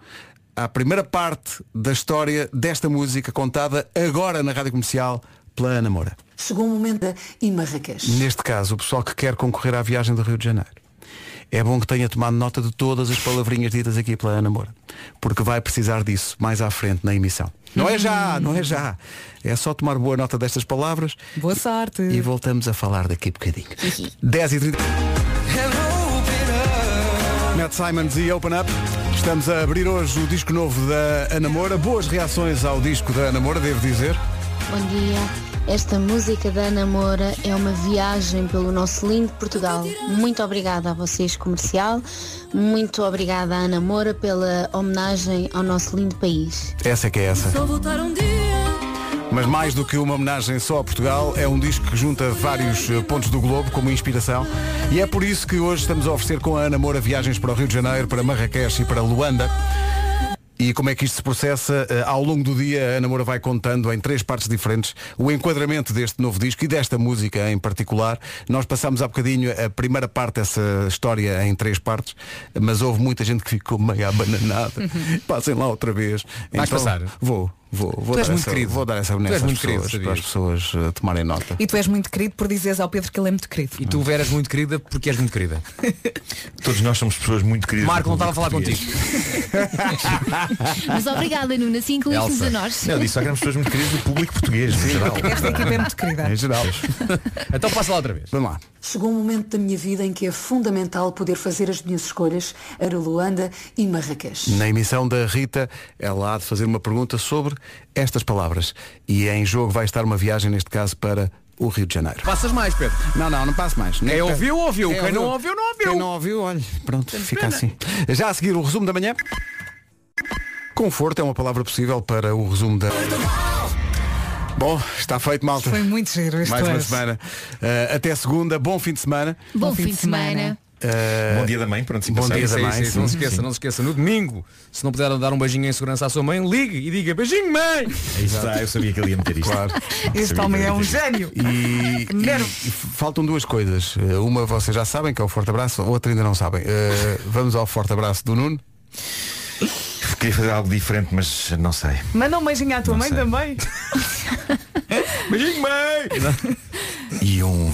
à primeira parte da história desta música contada agora na Rádio Comercial pela Ana Moura.
Chegou o momento em Marrakech.
Neste caso, o pessoal que quer concorrer à viagem do Rio de Janeiro. É bom que tenha tomado nota de todas as palavrinhas ditas aqui pela Ana Moura, porque vai precisar disso mais à frente na emissão. Não é já, não é já. É só tomar boa nota destas palavras.
Boa sorte.
E voltamos a falar daqui a bocadinho. 10 e 30 Matt Simons e Open Up. Estamos a abrir hoje o disco novo da Ana Moura. Boas reações ao disco da Ana Moura, devo dizer.
Bom dia. Esta música da Ana Moura é uma viagem pelo nosso lindo Portugal. Muito obrigada a vocês, comercial. Muito obrigada à Ana Moura pela homenagem ao nosso lindo país.
Essa é que é essa.
Só voltar um dia.
Mas mais do que uma homenagem só a Portugal, é um disco que junta vários eh, pontos do globo como inspiração. E é por isso que hoje estamos a oferecer com a Ana Moura viagens para o Rio de Janeiro, para Marrakech e para Luanda. E como é que isto se processa? Eh, Ao longo do dia, a Ana Moura vai contando em três partes diferentes o enquadramento deste novo disco e desta música em particular. Nós passámos há bocadinho a primeira parte dessa história em três partes, mas houve muita gente que ficou meio abananada. Passem lá outra vez. Então,
Vais passar?
Vou, vou, vou
Tu és
dar
muito
essa,
querido.
Vou dar essa
Tu
boneca
és
às
muito querido,
pessoas,
sabias?
para as pessoas eh, tomarem nota.
E tu és muito querido por dizeres ao Pedro que ele é muito querido.
E tu veras muito querida porque és muito querida.
Todos nós somos pessoas muito queridas.
Marco, não
do
estava a falar
português.
contigo.
Mas obrigada, Nuno, assim incluíste-nos a nós.
Não,
*laughs*
eu disse só que éramos pessoas muito queridas do público português, no geral.
Esta equipa é muito querida.
Em geral.
*laughs* então passa lá outra vez.
Vamos lá.
chegou um momento da minha vida em que é fundamental poder fazer as minhas escolhas era Luanda e Marrakech.
Na emissão da Rita, ela há de fazer uma pergunta sobre estas palavras. E em jogo vai estar uma viagem, neste caso, para o Rio de Janeiro.
Passas mais, Pedro?
Não, não, não passo mais.
Quem
Nem-
ouviu, ouviu. Quem, não ouviu, não ouviu.
Quem não ouviu, olha, pronto, fica assim. Já a seguir o resumo da manhã. Conforto é uma palavra possível para o resumo da. Bom, está feito, malta.
Foi muito giro este
Mais uma
lance.
semana. Uh, até segunda, bom fim de semana. Eh,
Bom, fim de semana.
Bom dia da mãe, pronto,
Bom dia da
Sim,
mãe.
sim,
sim,
não se
sim.
esqueça, não se esqueça. No domingo, se não puder dar um beijinho em segurança à sua mãe, ligue e diga beijinho, mãe!
Aí
Ah,
está, eu sabia que ele ia meter isto.
Claro.
Este homem é um gênio.
E, e faltam duas coisas. Eh, Uma vocês já sabem, que é o forte abraço, outra ainda não sabem. Eh, vamos ao forte abraço do Nuno.
Queria fazer algo diferente, mas não sei.
Manda um beijinho à tua
Não
mãe
sei.
também.
Beijinho, mãe! E um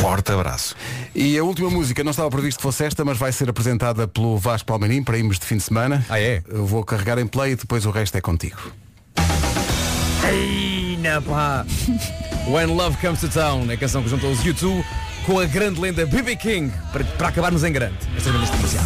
forte abraço.
E a última música, não estava previsto que fosse esta, mas vai ser apresentada pelo Vasco Palmeirim para irmos de fim de semana.
Ah, é?
Eu vou carregar em play e depois o resto é contigo.
Ei, na pá. When Love Comes to Town, é a canção que juntou os YouTube com a grande lenda BB King para, para acabarmos em grande. Esta é a lista comercial.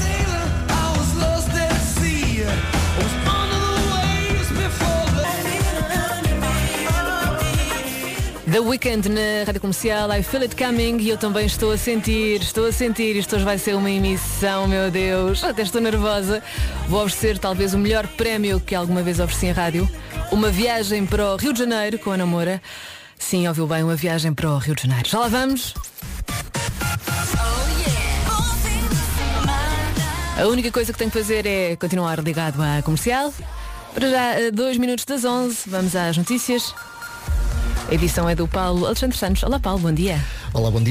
The Weekend na Rádio Comercial, I feel it coming e eu também estou a sentir, estou a sentir, isto hoje vai ser uma emissão, meu Deus, até estou nervosa. Vou oferecer talvez o melhor prémio que alguma vez ofereci em rádio, uma viagem para o Rio de Janeiro com a namora. Sim, ouviu bem, uma viagem para o Rio de Janeiro. Já lá vamos. A única coisa que tenho que fazer é continuar ligado à comercial. Para já, a dois minutos das 11, vamos às notícias. A edição é do Paulo Alexandre Santos. Olá, Paulo, bom dia.
Olá, bom dia.